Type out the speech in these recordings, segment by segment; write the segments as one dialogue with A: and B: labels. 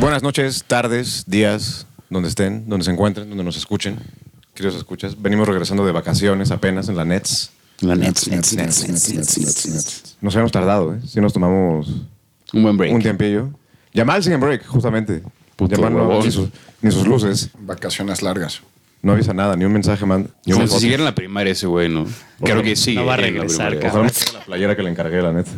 A: Buenas noches, tardes, días, donde estén, donde se encuentren, donde nos escuchen. Queridos escuchas, venimos regresando de vacaciones apenas en la Nets.
B: La Nets, Nets, Nets, Nets, Nets, Nets, Nets.
A: Nos habíamos tardado, ¿eh? Sí nos tomamos
B: Un buen break.
A: un tiempillo. Yamal sin break, justamente.
B: Puto
A: Yamal no,
B: huevón.
A: ni, sus, ni sus luces.
C: Vacaciones largas.
A: No avisa nada, ni un mensaje, man. Ni
B: Como
A: una
B: si
A: foto.
B: siguiera en la primaria ese güey, ¿no? Creo que sí.
D: No va a
B: en la
D: regresar,
B: primaria.
A: Ojalá
D: cabrón.
A: me traiga la playera que le encargué, la neta.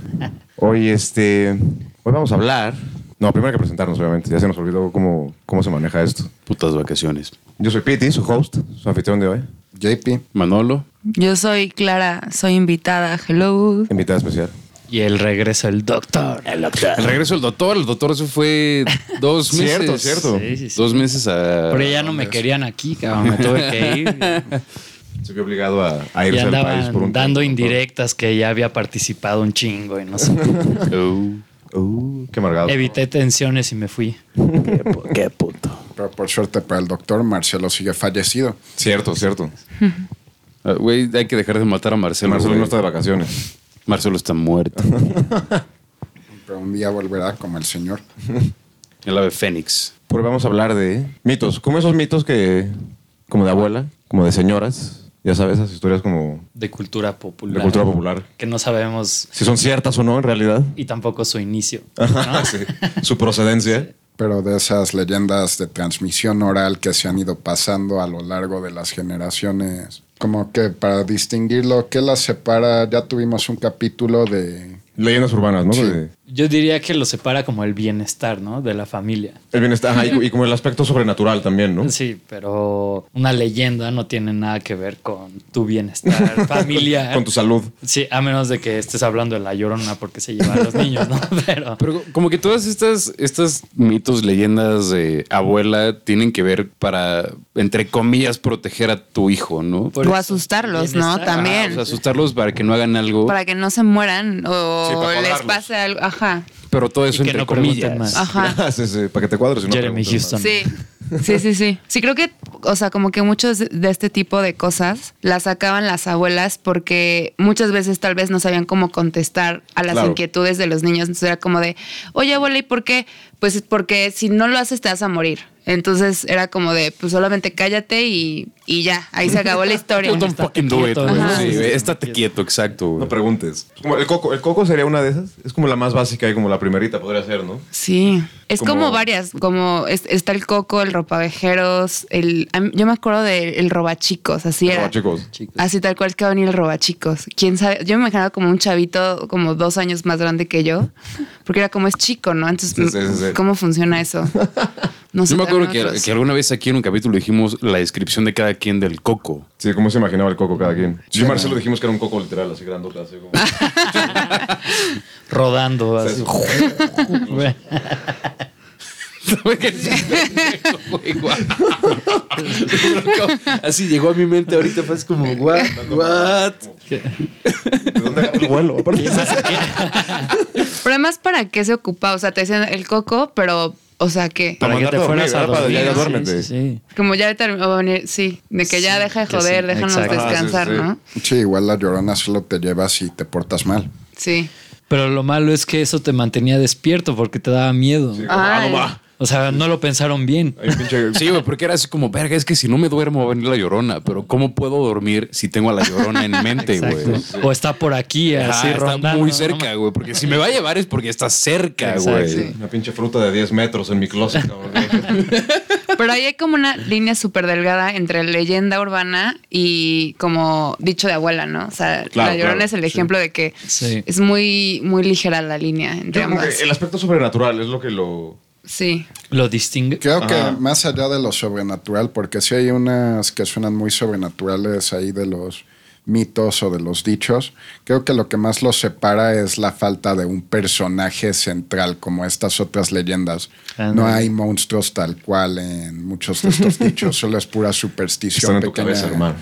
A: Hoy, este... Hoy vamos a hablar... No, primero hay que presentarnos, obviamente. Ya se nos olvidó cómo, cómo se maneja esto.
B: Putas vacaciones.
A: Yo soy Piti, su host, su anfitrión de hoy.
C: JP,
B: Manolo.
E: Yo soy Clara, soy invitada. Hello.
A: Invitada especial.
D: Y el regreso del doctor. El doctor.
B: El regreso del doctor. El doctor eso fue dos meses.
A: Cierto, cierto.
D: Sí, sí, sí.
B: Dos meses a...
D: Pero ya no me querían aquí, cabrón. Me tuve que ir.
A: Se vio obligado a, a
D: Y
A: irse al país por
D: andaban
A: un
D: dando
A: tiempo.
D: indirectas que ya había participado un chingo y no sé.
B: Oh.
A: Uh, qué amargado.
D: Evité tensiones y me fui.
C: pero por suerte para el doctor, Marcelo sigue fallecido.
A: Cierto, cierto.
B: Ah, Güey, hay que dejar de matar a Marcelo.
A: Marcelo
B: güey.
A: no está de vacaciones.
B: Marcelo está muerto.
C: Pero un día volverá como el señor.
B: El ave Fénix.
A: Pero vamos a hablar de mitos. Como esos mitos que... Como de abuela, como de señoras. Ya sabes, esas historias como...
D: De cultura popular.
A: De cultura popular.
D: Que no sabemos
A: Si son ciertas o no, en realidad.
D: y tampoco su inicio. Ah.
A: Ajá, sí. Su procedencia.
C: Pero de esas leyendas de transmisión oral que se han ido pasando a lo largo de las generaciones. Como que para distinguirlo, ¿qué las separa? Ya tuvimos un capítulo de...
A: Leyendas urbanas, ¿no?
C: Sí.
A: De-
D: Yo diría que lo separa como el bienestar, ¿no? De la familia.
A: El bienestar. ajá, y, y como el aspecto sobrenatural también, ¿no?
D: Sí, pero una leyenda no tiene nada que ver con tu bienestar familiar.
A: Con tu salud.
D: Sí, a menos de que estés hablando de la llorona porque se lleva a los niños, ¿no? Pero,
B: Pero como que todas estas, estas mitos, leyendas de abuela tienen que ver para, entre comillas, proteger a tu hijo, ¿no?
D: Por
E: o
D: eso,
E: asustarlos,
D: bienestar.
B: Ah,
E: ¿no?
B: o
E: También.
B: sea, asustarlos para que no hagan algo.
E: para que no se mueran
A: Sí,
E: o
A: para
E: les
A: cuadrarlos.
E: pase algo. Ajá.
B: Pero todo eso
D: Y que
B: entre
D: no pregunten
B: comillas.
D: más.
E: Ajá.
A: Ah, Sí, sí, para que te cuadres. y no
D: Jeremy
A: preguntes más.
D: Houston.
E: Sí. Sí, sí, sí. Sí, creo que, o sea, como que muchos de este tipo de cosas las sacaban las abuelas porque muchas veces tal vez no sabían cómo contestar a las
A: Claro.
E: inquietudes de los niños. Entonces era como de, oye, abuela, ¿y por qué? Pues porque si no lo haces te vas a morir. Entonces era como de, pues solamente cállate y, y ya, ahí se acabó la historia.
B: Don't
D: Estate
B: fucking do it,
D: quieto,
B: güey.
E: ajá.
B: Sí, güey, estate quieto, exacto. güey.
A: No preguntes. Es como el coco. El coco sería una de esas. Es como la más básica y como la primerita podría ser, ¿no?
E: Sí, es como,
A: Como-
E: varias, como es- está el coco, el ropavejeros, el a mí- yo me acuerdo del el robachicos, así era.
A: Pero, chicos.
E: Así tal cual que va a venir el robachicos. Quién sabe, yo me imaginaba como un chavito como dos años más grande que yo, porque era como es chico, ¿no? Entonces,
A: Sí, sí, sí, sí.
E: ¿cómo funciona eso? No
B: Yo me acuerdo que,
E: también otros.
B: que alguna vez aquí en un capítulo dijimos la descripción de cada quien del coco.
A: Sí, como se imaginaba el coco cada quien. Yo y Marcelo dijimos que era un coco literal, así grandote, así como.
E: Ah,
D: rodando así. Güey.
B: Güey, guau. Así llegó a mi mente ahorita, fue así como, what, what?
A: ¿De dónde agarra el vuelo? Aparte.
E: Pero además, ¿para qué se ocupa? O sea, te decían el coco, pero, o sea, que
A: Para
D: Para
A: mandarte
D: que te
A: a
D: fueras
A: dormir,
D: a
A: ¿verdad? Para-
D: dormir.
A: ya- ya
D: Sí,
A: duérmete.
D: sí, sí.
E: como ya terminó, va a venir, sí, de que ya
D: Sí,
E: deja de
D: que
E: joder,
D: sí,
E: déjanos
D: exacto. Ah,
A: sí, sí,
E: descansar,
A: sí.
E: ¿no?
C: Sí, igual la llorona solo te lleva si te portas mal.
E: Sí.
D: Pero lo malo es que eso te mantenía despierto porque te daba miedo.
A: Sí, como,
E: Ah,
A: ah, no
E: el-
A: va.
D: O sea, no lo pensaron bien.
A: Hay un pinche.
B: Sí, güey, porque era así como, verga, es que si no me duermo va a venir la llorona, pero ¿cómo puedo dormir si tengo a la llorona en mente, güey?
D: Exacto. O está por aquí, así
B: Ajá, está
D: rondando.
B: muy
D: ¿no?
B: cerca, güey, porque si me va a llevar es porque está cerca,
D: Exacto,
B: güey.
E: sí.
A: Una pinche fruta de 10 metros en mi closet, cabrón.
E: Pero ahí hay como una línea súper delgada entre leyenda urbana y como dicho de abuela, ¿no? O sea,
A: Claro,
E: la llorona
A: claro,
E: es el
A: sí.
E: ejemplo de que
D: Sí.
E: es muy, muy ligera la línea entre
A: Yo como que
E: ambas.
A: el aspecto sobrenatural es lo que lo.
E: Sí.
D: Lo distingue.
C: Creo
A: Ajá.
C: que más allá de lo sobrenatural, porque sí hay unas que suenan muy sobrenaturales ahí de los mitos o de los dichos, creo que lo que más los separa es la falta de un personaje central como estas otras leyendas.
D: Ándale.
C: No hay monstruos tal cual en muchos de estos dichos, solo es pura
A: Están
C: superstición
A: en tu
C: pequeña.
A: cabeza, hermano.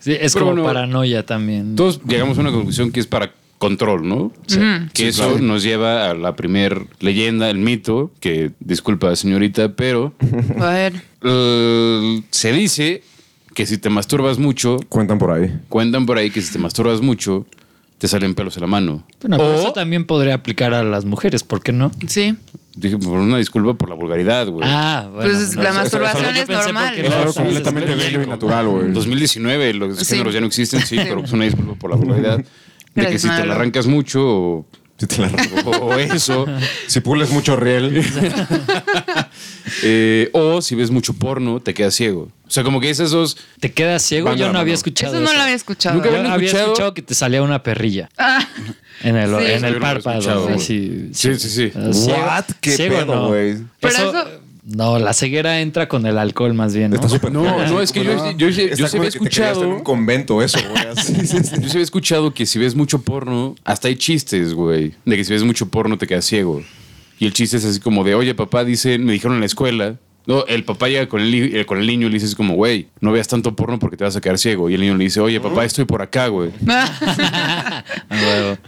D: Sí, es
B: Pero
D: como
B: bueno,
D: paranoia también.
B: Todos llegamos a una conclusión que es para control, ¿no? Que
C: Sí,
B: eso
C: claro.
B: nos lleva a la primer leyenda, el mito, que disculpa señorita, pero
E: A ver.
B: eh, se dice que si te masturbas mucho,
A: Cuentan por ahí.
B: cuentan por ahí que si te masturbas mucho, te salen pelos en la mano.
D: Bueno, pero eso también podría aplicar a las mujeres, ¿por qué no?
E: Sí.
B: Dije, por una disculpa por la vulgaridad, güey.
D: Ah, bueno.
E: Pues la
D: sé,
E: masturbación
D: o sea, yo
E: es
D: pensé
E: normal.
D: porque
A: Es
D: no
A: algo
D: sabes
A: completamente
D: escribir.
A: bello y natural, güey.
B: En 2019 los
E: Sí.
B: géneros ya no existen, sí, pero pues una disculpa por la vulgaridad. De que
E: Gracias,
B: si te
E: Manolo.
B: la arrancas mucho o,
A: Si te la arranco.
B: o- o eso,
A: Si pules mucho riel.
B: eh, o si ves mucho porno, te quedas ciego. O sea, como que es esos...
D: Te quedas ciego,
B: Van de
D: yo
B: la
D: no había
B: mano.
D: escuchado.
E: Eso no lo había escuchado.
B: Nunca
D: Yo
B: habían
D: había
B: escuchado.
D: escuchado que te salía una perrilla
E: Ah,
D: en el,
E: Sí.
B: Yo no
D: en el
B: lo había
D: párpado.
B: escuchado.
D: así.
B: Sí, sí, sí.
D: Ah, ciego-
A: What? ¿Qué
D: ciego
A: pedo,
D: no.
A: güey?
E: Pero
D: Eso-
E: eso-
D: No, la ceguera entra con el alcohol más bien. ¿no?
A: Está súper
B: No, no, es que yo, yo, yo,
A: Está
B: yo sí
A: como
B: había
A: que te querías
B: escuchado...
A: en un convento eso, güey. así, sí, sí.
B: Yo sí había escuchado que si ves mucho porno, hasta hay chistes, güey. De que si ves mucho porno te quedas ciego. Y el chiste es así como de, oye, papá, dicen, me dijeron en la escuela. No, el papá llega con el, ni- eh, con el niño y le dices como, güey, no veas tanto porno porque te vas a quedar ciego. Y el niño le dice, oye, papá, estoy por acá, güey.
D: A huevo.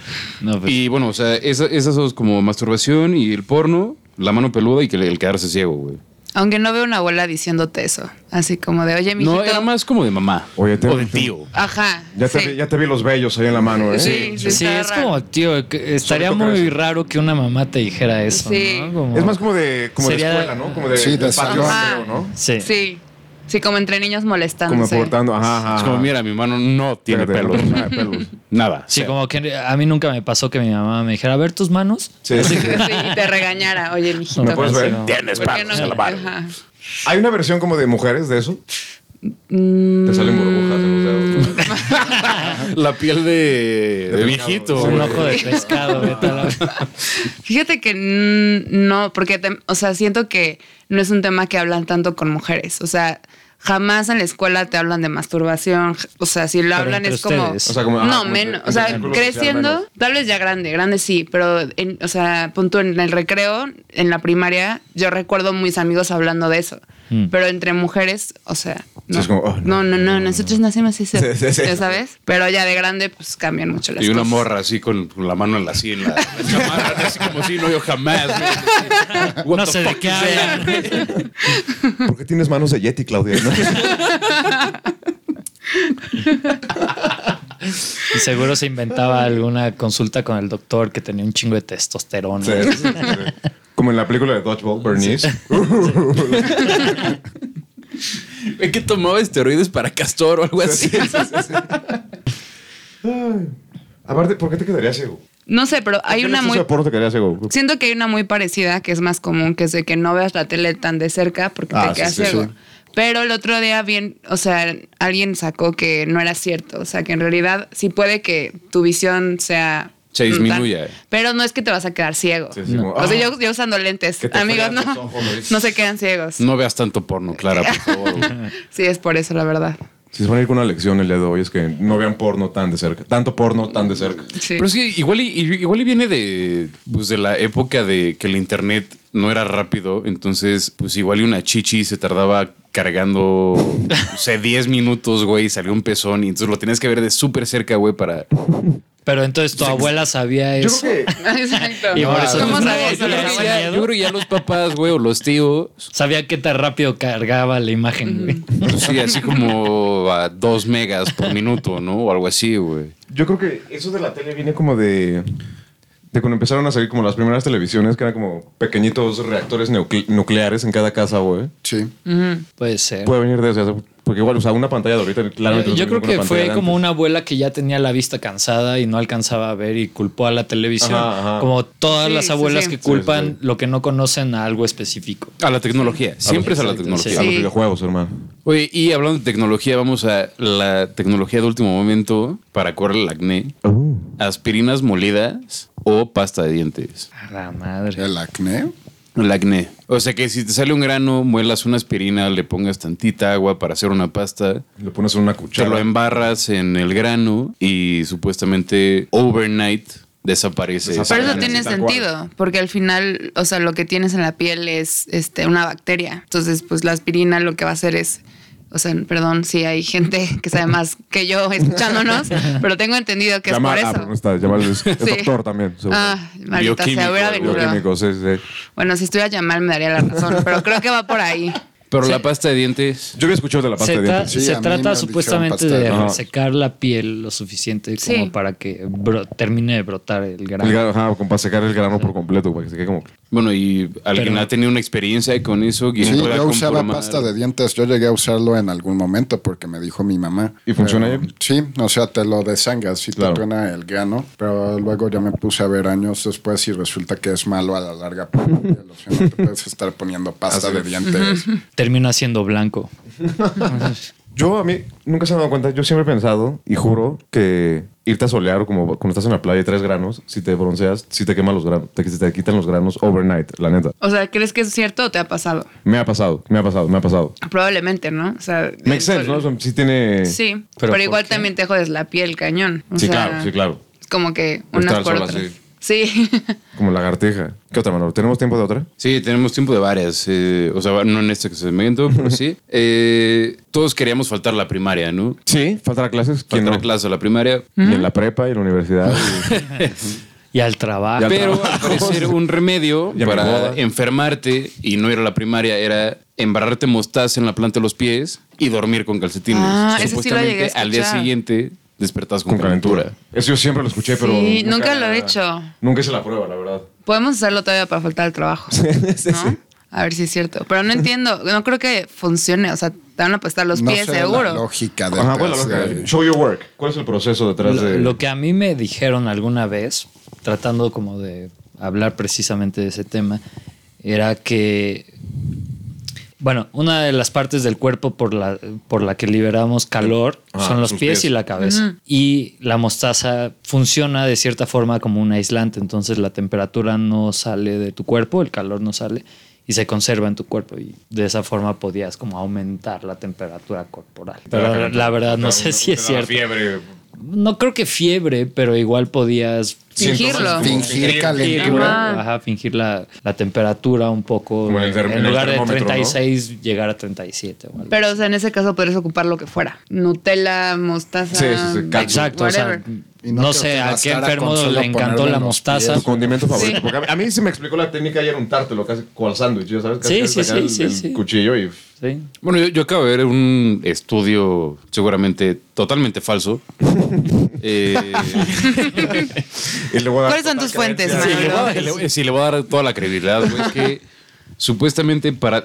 D: No, pues,
B: Y bueno, o sea, esa- esas son como masturbación y el porno, la mano peluda y que el quedarse ciego, güey.
E: aunque no veo una abuela diciéndote eso. Así como de, oye, mijito.
B: No, era más como de mamá.
A: Oye, te-
B: o de tío.
E: Ajá.
A: Ya te,
E: sí.
A: vi, ya te vi los bellos ahí en la mano, ¿eh?
E: Sí, sí,
D: sí,
E: está
D: es
E: raro.
D: como, tío, que estaría
A: Sobre todo
D: muy
A: eso.
D: raro que una mamá te dijera eso.
E: Sí.
D: ¿no? Como-
A: Es más como de, como
D: Sería-
A: de escuela, ¿no? Como de,
C: Sí, de
A: patio,
E: salón.
A: creo, ¿no?
D: Sí.
E: Sí. Sí, como entre niños
A: Como
E: molestándose.
A: aportando, ajá, ajá.
B: Es como, mira, mi mano Ah. no tiene
A: Fíjate,
B: pelos.
A: no tiene pelos.
B: Nada.
D: Sí,
B: cero.
D: como que a mí nunca me pasó que mi mamá me dijera, a ver tus manos.
A: Sí, sí.
E: Sí, y te regañara, oye, mijito.
A: ¿Me puedes ver?
D: No.
B: Tienes
E: ¿Por qué
B: palos en la mano.
E: Ajá.
A: ¿Hay una versión como de mujeres de eso?
E: Mm,
A: Te salen burbujas en los dedos.
B: La piel de, de viejito.
D: Un
B: güey.
D: ojo de pescado, vete a la-
E: Fíjate que mm, no, porque, te- o sea, siento que no es un tema que hablan tanto con mujeres. O sea, jamás en la escuela te hablan de masturbación. j- O sea, si lo hablan
D: entre
E: es como.
D: ustedes.
A: O sea, como, ajá,
E: no,
A: como
E: menos.
A: entre-
E: O sea,
A: entre círculo social
E: creciendo,
A: menos.
E: tal vez ya grande, grande sí, pero, en- o sea, punto en el recreo, en la primaria, yo recuerdo mis amigos hablando de eso.
D: Mm.
E: Pero entre mujeres, o sea, no,
A: es como, oh,
E: no, no, no, nosotros nacimos eso.
A: Sí, sí, sí.
E: ¿Ya sabes? Pero ya de grande, pues cambian mucho las
B: Y una
E: cosas.
B: morra así con, con la mano en la así en la, en la chamarra, así como si no yo jamás. güey. What
D: No
B: the
D: sé de
B: fuck
D: qué
B: is that?
D: hablan.
A: ¿Por qué tienes manos de Yeti, Claudia? ¿No?
D: Y seguro se inventaba alguna consulta con el doctor que tenía un chingo de testosterona.
A: Sí, sí, sí, sí. Como en la película de Dodgeball, Bernice.
B: Ve que tomaba esteroides para castor o algo así.
A: Ay. Aparte, ¿por qué te quedarías ciego?
E: No sé, pero hay
A: ¿Por qué
E: una
A: no
E: muy.
A: estás de acuerdo, te quedarías ciego?
E: Siento que hay una muy parecida que es más común, que es de que no veas la tele tan de cerca porque
A: Ah,
E: te
A: sí,
E: quedas
A: sí,
E: ciego.
A: sí.
E: Pero el otro día bien, o sea, alguien sacó que no era cierto, o sea, que en realidad sí puede que tu visión sea
B: Se
E: mm, tan-
B: disminuya.
E: pero no es que te vas a quedar ciego.
A: Sí, sí, como,
E: O sea,
A: ah.
E: yo, yo usando lentes,
A: Que te
E: amigos, no,
A: fregan los ojos, güey.
E: no se quedan ciegos.
B: No veas tanto porno, Clara, por favor. güey.
E: Sí, es por eso, la verdad.
A: Si se van a ir con una lección el día de hoy es que no vean porno tan de cerca. Tanto porno tan de cerca.
E: Sí.
B: Pero es que igual y, igual y viene de, pues, de la época de que el internet no era rápido, entonces pues igual y una chichi se tardaba cargando, o sea, 10 minutos, güey, y salió un pezón y entonces lo tenías que ver de súper cerca, güey, para...
D: Pero entonces tu abuela sabía
A: Yo
D: eso.
A: creo que
E: Exacto.
D: Y por eso
E: ¿Cómo
D: te traes
E: sabes eso?
B: Yo
E: Los
B: creo que
E: abuelos.
B: ya- yo creo que ya los papás, güey, o los tíos,
D: Sabía que tan rápido cargaba la imagen. güey.
B: pues, sí, así como a dos megas por minuto, ¿no? O algo así, güey.
A: Yo creo que eso de la tele viene como de. De cuando empezaron a salir como las primeras televisiones, que eran como pequeñitos reactores neucle- nucleares en cada casa, güey.
C: Sí.
D: Puede ser.
A: Puede venir de eso. Porque igual, o sea, una pantalla de ahorita claramente. no es
D: Yo
A: lo
D: creo
A: mismo una
D: que fue
A: pantalla de
D: como
A: antes.
D: una abuela que ya tenía la vista cansada y no alcanzaba a ver y culpó a la televisión.
A: Ajá, ajá.
D: Como todas
E: Sí,
D: las
E: sí,
D: abuelas
E: sí.
D: que culpan
A: Sí, sí,
D: lo que no conocen a algo específico.
B: A la tecnología, siempre es a la
D: Exacto,
B: tecnología.
A: A los
E: Sí.
A: videojuegos, hermano.
B: Oye, y hablando de tecnología, vamos a la tecnología de último momento para curar el acné.
A: Uh.
B: Aspirinas molidas o pasta de dientes.
D: A la madre.
C: El acné.
B: El acné. O sea que si te sale un grano, muelas una aspirina, le pongas tantita agua para hacer una pasta.
A: Le pones en una
B: Te lo
A: cuchara.
B: embarras en el grano y supuestamente overnight desaparece. ese
E: Pero eso
A: Sí,
B: grano.
E: tiene
A: tal cual.
E: sentido, porque al final, o sea, lo que tienes en la piel es este, una bacteria. Entonces, pues la aspirina lo que va a hacer es, o sea, perdón si hay gente que sabe más que yo escuchándonos, pero tengo entendido que
A: Llamar-
E: es
A: ah,
E: por
A: pero no
E: eso.
A: está, llamar- es, es
E: Sí.
A: doctor también. seguro.
E: Ah, maldita sea,
B: Bioquímico,
E: hubiera venido.
A: Bioquímico, sí, sí.
E: Bueno, si estuviera llamar me daría la razón, pero creo que va por ahí.
B: Pero la pasta de dientes.
A: Yo había escuchado de la pasta
D: Se,
A: de
D: tra-
A: dientes.
C: Sí,
D: se
C: a mí me
D: trata
C: dijeron
D: supuestamente
C: pasta de
D: de
A: dientes.
D: resecar la piel lo suficiente como
E: Sí.
D: para que bro- termine de brotar el grano.
A: El grano, ajá, con- para secar el grano por completo, para que se quede como.
B: Bueno, y alguien
D: Pero-
B: ha tenido una experiencia con eso. ¿Quién
C: Sí,
B: pueda
C: yo usaba
B: conformar?
C: pasta de dientes. Yo llegué a usarlo en algún momento porque me dijo mi mamá.
A: ¿Y funciona
C: Pero,
A: bien?
C: Sí, o sea, te lo desangas si
A: Claro.
C: te truena el grano. Pero luego ya me puse a ver años después y resulta que es malo a la larga. para la piel, o sea, no te puedes estar poniendo pasta
A: Así
C: de
A: es.
C: dientes.
D: Termina siendo blanco.
A: Yo a mí nunca se me ha dado cuenta. Yo siempre he pensado y juro que irte a solear, como cuando estás en la playa y traes granos, si te bronceas, si te queman los granos, te, se te quitan los granos overnight, la neta.
E: O sea, ¿crees que es cierto o te ha pasado?
A: Me ha pasado, me ha pasado, me ha pasado.
E: Probablemente, ¿no? O sea, el
A: Makes sense,
E: sol-
A: ¿no? Sí tiene...
E: Sí,
D: Pero
E: pero,
D: ¿por
E: igual
D: qué?
E: también te jodes la piel cañón. O
A: Sí,
E: sea,
A: claro, sí, claro.
E: Es como que
A: Pues
E: una
A: tal
E: por
A: sol
E: otra.
A: así.
E: Sí.
A: Como lagartija. ¿Qué otra, Manolo? ¿Tenemos tiempo de otra?
B: Sí, tenemos tiempo de varias. eh, o sea, no en este segmento, pero sí. Eh, todos queríamos faltar la primaria, ¿no?
A: Sí. ¿Falta la clases? ¿Quién
B: Faltar
A: no?
B: a clase a la primaria.
A: Y en la prepa y en la universidad.
D: Y al trabajo.
A: Ya
B: Pero
A: trabajo.
B: al parecer un remedio
A: Ya me
B: para
A: joda.
B: enfermarte y no ir a la primaria era embarrarte mostaza en la planta de los pies y dormir con calcetines.
E: Ah, ese sí lo llegué a
B: al día
E: escuchar.
B: siguiente despertas con,
A: con
B: calentura.
A: calentura. Eso yo siempre lo escuché, pero...
E: Sí, nunca lo he hecho.
A: Nunca hice la prueba, la verdad.
E: Podemos hacerlo todavía para faltar al trabajo.
A: sí,
E: ¿no?
A: sí.
E: A ver si es cierto. Pero no entiendo, no creo que funcione. O sea, te van a aplastar los
C: no
E: pies,
C: sé
E: seguro.
C: La lógica de
A: Ajá, bueno, lo que- Show your work. ¿Cuál es el proceso detrás
D: Lo,
A: de...?
D: lo que a mí me dijeron alguna vez, tratando como de hablar precisamente de ese tema, era que, bueno, una de las partes del cuerpo por la, por la que liberamos calor
A: Ah,
D: son los
A: sus
D: pies,
A: pies.
D: y la cabeza. Y la mostaza funciona de cierta forma como un aislante, entonces la temperatura no sale de tu cuerpo, el calor no sale. Y se conserva en tu cuerpo y de esa forma podías como aumentar la temperatura corporal. Pero la, la verdad no sé si es cierto.
A: Fiebre.
D: No creo que fiebre, pero igual podías
E: Fingirlo. Ah.
C: Fingir calentura.
E: Ajá.
D: ajá, fingir la, la temperatura un poco.
A: Como en el term- en
D: en
A: el
D: lugar de
A: termómetro,
D: 36, llegar a 37. o algo
E: Pero,
D: así.
E: o sea, en ese caso podrías ocupar lo que fuera. Nutella, mostaza.
A: Sí, sí, sí, cal-
D: Exacto, o sea,
E: whatever.
C: Y no
D: no,
C: creo
D: sé
C: que
D: a qué
C: bastara
D: enfermo
C: con solo
D: le encantó
C: ponerle
D: la
C: los
D: mostaza.
A: Tu condimento favorito.
E: Sí.
A: Porque a mí, a mí se me explicó la técnica y era untártelo casi cual sándwich, ya sabes. Casi
D: Sí,
A: que
D: sí,
A: sacar
D: sí,
A: el-
D: sí,
A: el
D: sí.
A: cuchillo y...
D: Sí.
B: Bueno, yo, yo acabo de ver un estudio seguramente totalmente falso. Eh,
A: y le voy a dar
E: ¿Cuáles son
A: total
E: tus fuentes,
A: creencia.
B: sí,
E: Manolo?
B: le voy a dar- le voy- sí, le voy a dar toda la credibilidad, güey, que supuestamente para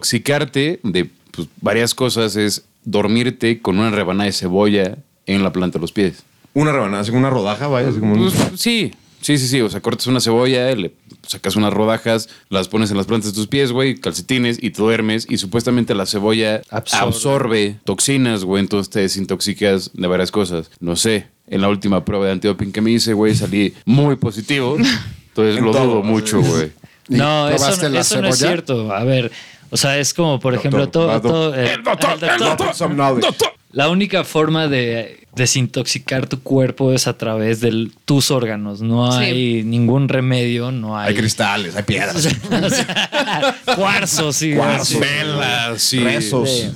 B: desintoxicarte de pues, varias cosas es dormirte con una rebanada de cebolla en la planta de los pies.
A: Una rebanada, así como una rodaja, vaya, así como... un-
B: Pues, sí, sí, sí, sí. O sea, cortas una cebolla, le sacas unas rodajas, las pones en las plantas de tus pies, güey, calcetines y te duermes. Y supuestamente la cebolla
D: Absorbe.
B: absorbe, toxinas, güey. Entonces te desintoxicas de varias cosas. No sé. En la última prueba de antidoping que me hice, güey, salí muy positivo. Entonces
A: En
B: lo
A: todo,
B: dudo mucho,
A: sí.
B: güey.
C: ¿Y
D: No, eso,
C: probaste
D: no,
C: la
D: eso no es
C: cebolla?
D: cierto. A ver, o sea, es como, por
A: Doctor,
D: ejemplo, todo.
A: va, doc-
D: todo, eh, el doctor.
A: Some knowledge.
D: La única forma de desintoxicar tu cuerpo es a través de tus órganos. No
E: Sí.
D: hay ningún remedio, no hay.
A: Hay cristales, hay
D: O
A: piedras.
D: sea, Cuarzo, sí. sí.
B: Velas, sí.
A: Rezos.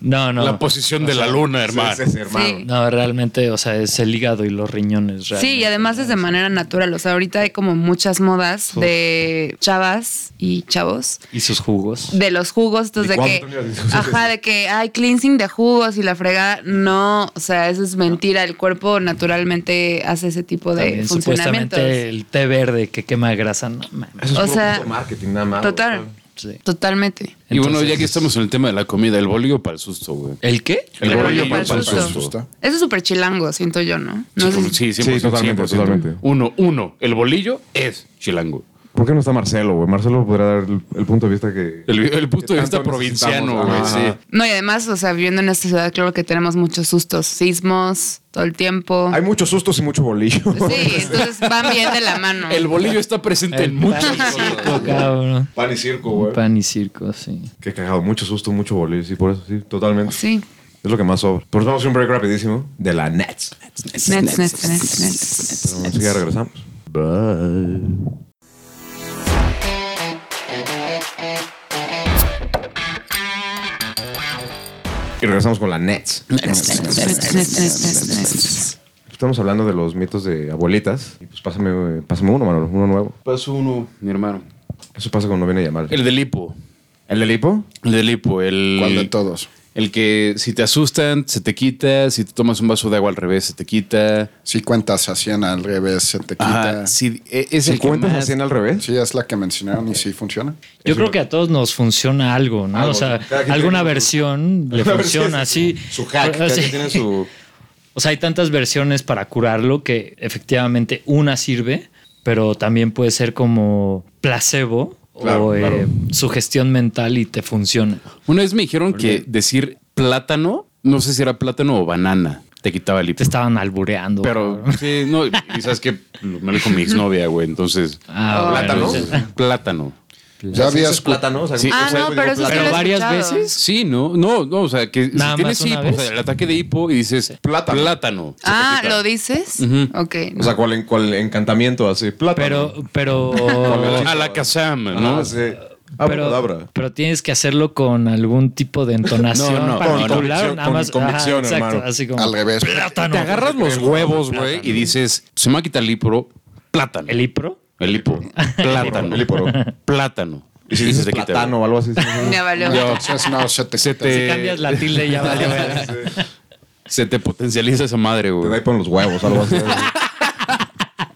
D: No, no.
B: La posición de la luna, hermano.
A: Sí, sí, sí, hermano.
E: Sí.
D: No, realmente, o sea, es el hígado y los riñones.
E: Sí, y
D: realmente.
E: además es de manera natural. O sea, ahorita hay como muchas modas de chavas y chavos
D: Y sus jugos.
E: de los jugos, entonces de
A: Licuado,
E: que,
A: Antonio, dices.
E: ajá, de que hay cleansing de jugos y la fregada, no, o sea, eso es mentira, el cuerpo naturalmente hace ese tipo de
D: También
E: funcionamientos.
D: supuestamente el té verde que quema grasa. No mames.
A: Eso es
E: O
A: puro
E: sea,
A: puto marketing, nada más.
E: Total,
D: Sí.
E: totalmente.
B: Y bueno,
D: Entonces-
B: ya que estamos en el tema de la comida, el bolillo para el susto, güey.
D: ¿El qué?
A: El
E: Pero
A: bolillo
E: yo
A: para
E: para el
A: el
E: susto.
A: susto.
E: Eso es súper chilango, siento yo, ¿no? No sé si-
B: Sí, sí,
A: Sí, totalmente, totalmente.
B: Uno, uno. El bolillo es chilango.
A: ¿Por qué no está Marcelo, güey? Marcelo podrá dar el, el punto de vista que...
B: El, el punto de
A: Que
B: vista
A: tanto
B: provinciano, güey.
A: necesitamos,
B: Sí.
A: ajá.
E: No, y además, o sea, viviendo en esta ciudad, claro que tenemos muchos sustos, sismos, todo el tiempo.
A: Hay muchos sustos y mucho bolillo.
E: Sí, entonces van bien de la mano.
B: El bolillo está presente en muchas
D: pan y circo,
B: cosas.
D: cabrón.
A: Pan y circo, güey.
D: Pan y circo, sí.
A: Qué cagado, mucho susto, mucho bolillo. Sí, por eso, sí, totalmente.
E: Sí.
A: Es lo que más sobra. Pero nos vamos a un break rapidísimo de la Nets.
E: Nets, nets, nets, nets.
A: Pero Así que regresamos. Y regresamos con la Nets.
E: Nets, nets, nets, nets, nets.
A: Estamos hablando de los mitos de abuelitas. Y pues pásame, eh, pásame uno, Manolo, uno nuevo.
B: Paso uno, mi hermano.
A: Eso pasa cuando viene a llamar.
B: El del hipo.
A: ¿El del hipo?
B: El del hipo. El,
C: ¿Cuál de todos?
B: El que si te asustan, se te quita. Si te tomas un vaso de agua al revés, se te quita.
C: Si cuentas a 100 al revés, se te quita.
B: Ajá, sí, e- es el
A: ¿Se
B: que
A: cuentas
B: más-
A: así al revés?
C: Sí, es la que mencionaron y sí funciona.
D: Yo creo que a todos nos funciona algo, ¿no?
A: Algo,
D: o sea,
A: cada quien
D: alguna
A: tiene su-
D: versión le
A: Una
D: funciona
A: versión,
D: así.
A: Su hack. cada
D: Sí.
A: quien tiene su...
D: O sea, hay tantas versiones para curarlo que efectivamente una sirve, pero también puede ser como placebo
A: Claro,
D: o eh,
A: claro.
D: sugestión mental y te funciona.
B: Una vez me dijeron que decir plátano, no sé si era plátano o banana, te quitaba el
D: Te
B: hipo.
D: estaban albureando.
B: Pero
D: cabrón.
B: sí, no, y sabes que me lo dijo mi exnovia, güey. Entonces,
D: Ah, bueno,
A: ¿Plátano?
D: sí.
B: plátano.
C: Ya había
A: ¿Habías plátano? O sea,
B: Sí.
A: o
E: Ah,
A: sea,
E: no,
A: yo
E: pero eso sí
A: plátano.
E: lo he
D: Pero varias
E: escuchado.
D: veces.
B: Sí, no, no, no, o sea, que
D: Nada
B: si tienes
D: más una
B: hipo,
D: vez.
B: o sea, el ataque de hipo y dices plátano. se te
E: Ah,
B: quita.
E: ¿lo dices? Ok.
A: O sea, ¿cuál, cuál encantamiento así? Plátano.
D: Pero, pero,
B: a la Kazam, ¿no?
A: Ah, sí.
D: pero,
A: Abracadabra.
D: pero tienes que hacerlo con algún tipo de
B: No,
D: entonación
B: no,
D: particular.
A: con-
D: nada más,
A: con convicción,
D: ajá, exacto,
A: hermano.
D: así como
C: Al revés.
D: plátano.
B: Te agarras
D: pues,
B: los huevos, güey, y dices, se me va a quitar el hipo, plátano.
D: el hipro.
B: El hipo, plátano.
A: El hipo.
B: Plátano.
A: Y si
B: Y se
A: dices
B: te quita,
A: plátano o algo así.
E: Me valió.
B: Yo-
C: Entonces no, se te
B: Se
C: quita.
B: te-
D: Si cambias la tilde ya valió. verga.
B: Se te potencializa esa madre,
A: Te da
B: güey.
A: Pues ahí ponen los huevos, algo así.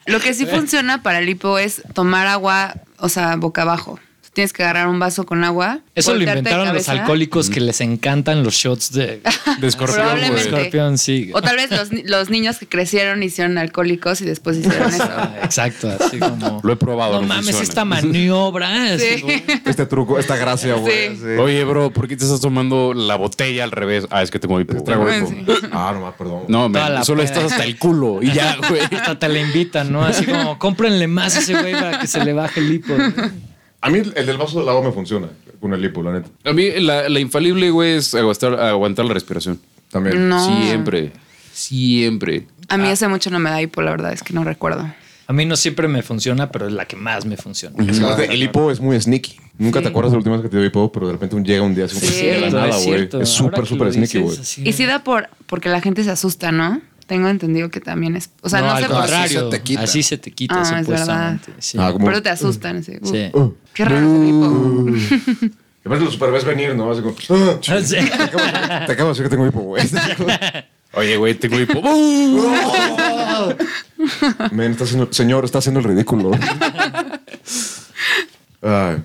E: Lo que sí funciona para el hipo es tomar agua, o sea, boca abajo. Tienes que agarrar un vaso con agua.
D: Eso lo
E: voltearte de
D: inventaron los
E: cabeza.
D: alcohólicos que les encantan los shots de
B: De escorpión,
E: Probablemente.
B: güey.
D: escorpión, sí.
E: O tal vez los, ni- los niños que crecieron hicieron alcohólicos y después hicieron eso.
D: Ah, Exacto, así como.
B: Lo he probado.
D: no
B: no
D: mames,
B: funciona.
D: esta maniobra. así
E: Sí.
D: como-
A: Este truco, esta gracia, güey.
E: Sí.
A: sí.
B: Oye, bro, ¿por qué te estás tomando la botella al revés? Ah, es que tengo hipo.
A: Trago
E: Sí.
A: hipo. Ah, no más, perdón.
B: No,
D: Toda
B: man,
D: la
B: solo
D: peda.
B: estás hasta el culo y ya, güey.
D: Hasta te la invitan, ¿no? Así como, cómprenle más a ese güey para que se le baje el hipo.
A: A mí el el del vaso de agua me funciona con el hipo, la neta.
B: A mí la, la infalible, güey, es aguantar, aguantar la respiración.
A: También.
E: No.
B: Siempre. Siempre.
E: A mí hace mucho no me da hipo, la verdad, es que no recuerdo.
D: A mí no siempre me funciona, pero es la que más me funciona.
A: Es que aparte, el hipo es muy sneaky. Nunca
E: Sí.
A: te acuerdas de la última vez que te dio hipo, pero de repente un llega un día así
E: Sí.
A: de la
E: Cierto,
A: nada, güey.
D: cierto.
A: Es
D: Ahora
A: súper,
D: que
A: súper
D: lo
A: sneaky,
D: dices,
A: güey.
D: así,
E: Y sí da por, porque la gente se asusta, ¿no? Tengo entendido que también es. O sea, no,
D: al
E: sé por
C: contra-
D: contrario.
C: Así se te quita.
D: Así se te quita,
E: Ah, es
D: supuestamente.
E: verdad.
D: Sí.
A: Ah, como-
E: Pero te asustan. así, uh,
D: Sí.
E: Qué raro es el hipo.
A: Y aparte lo super ves venir, ¿no? Así como, "Ah, ch-
D: Sí.
A: te acabo de decir que tengo hipo, güey.
B: Oye, güey, tengo hipo. ¡Uh!
A: Men, está haciendo- señor, está haciendo el ridículo. Ay.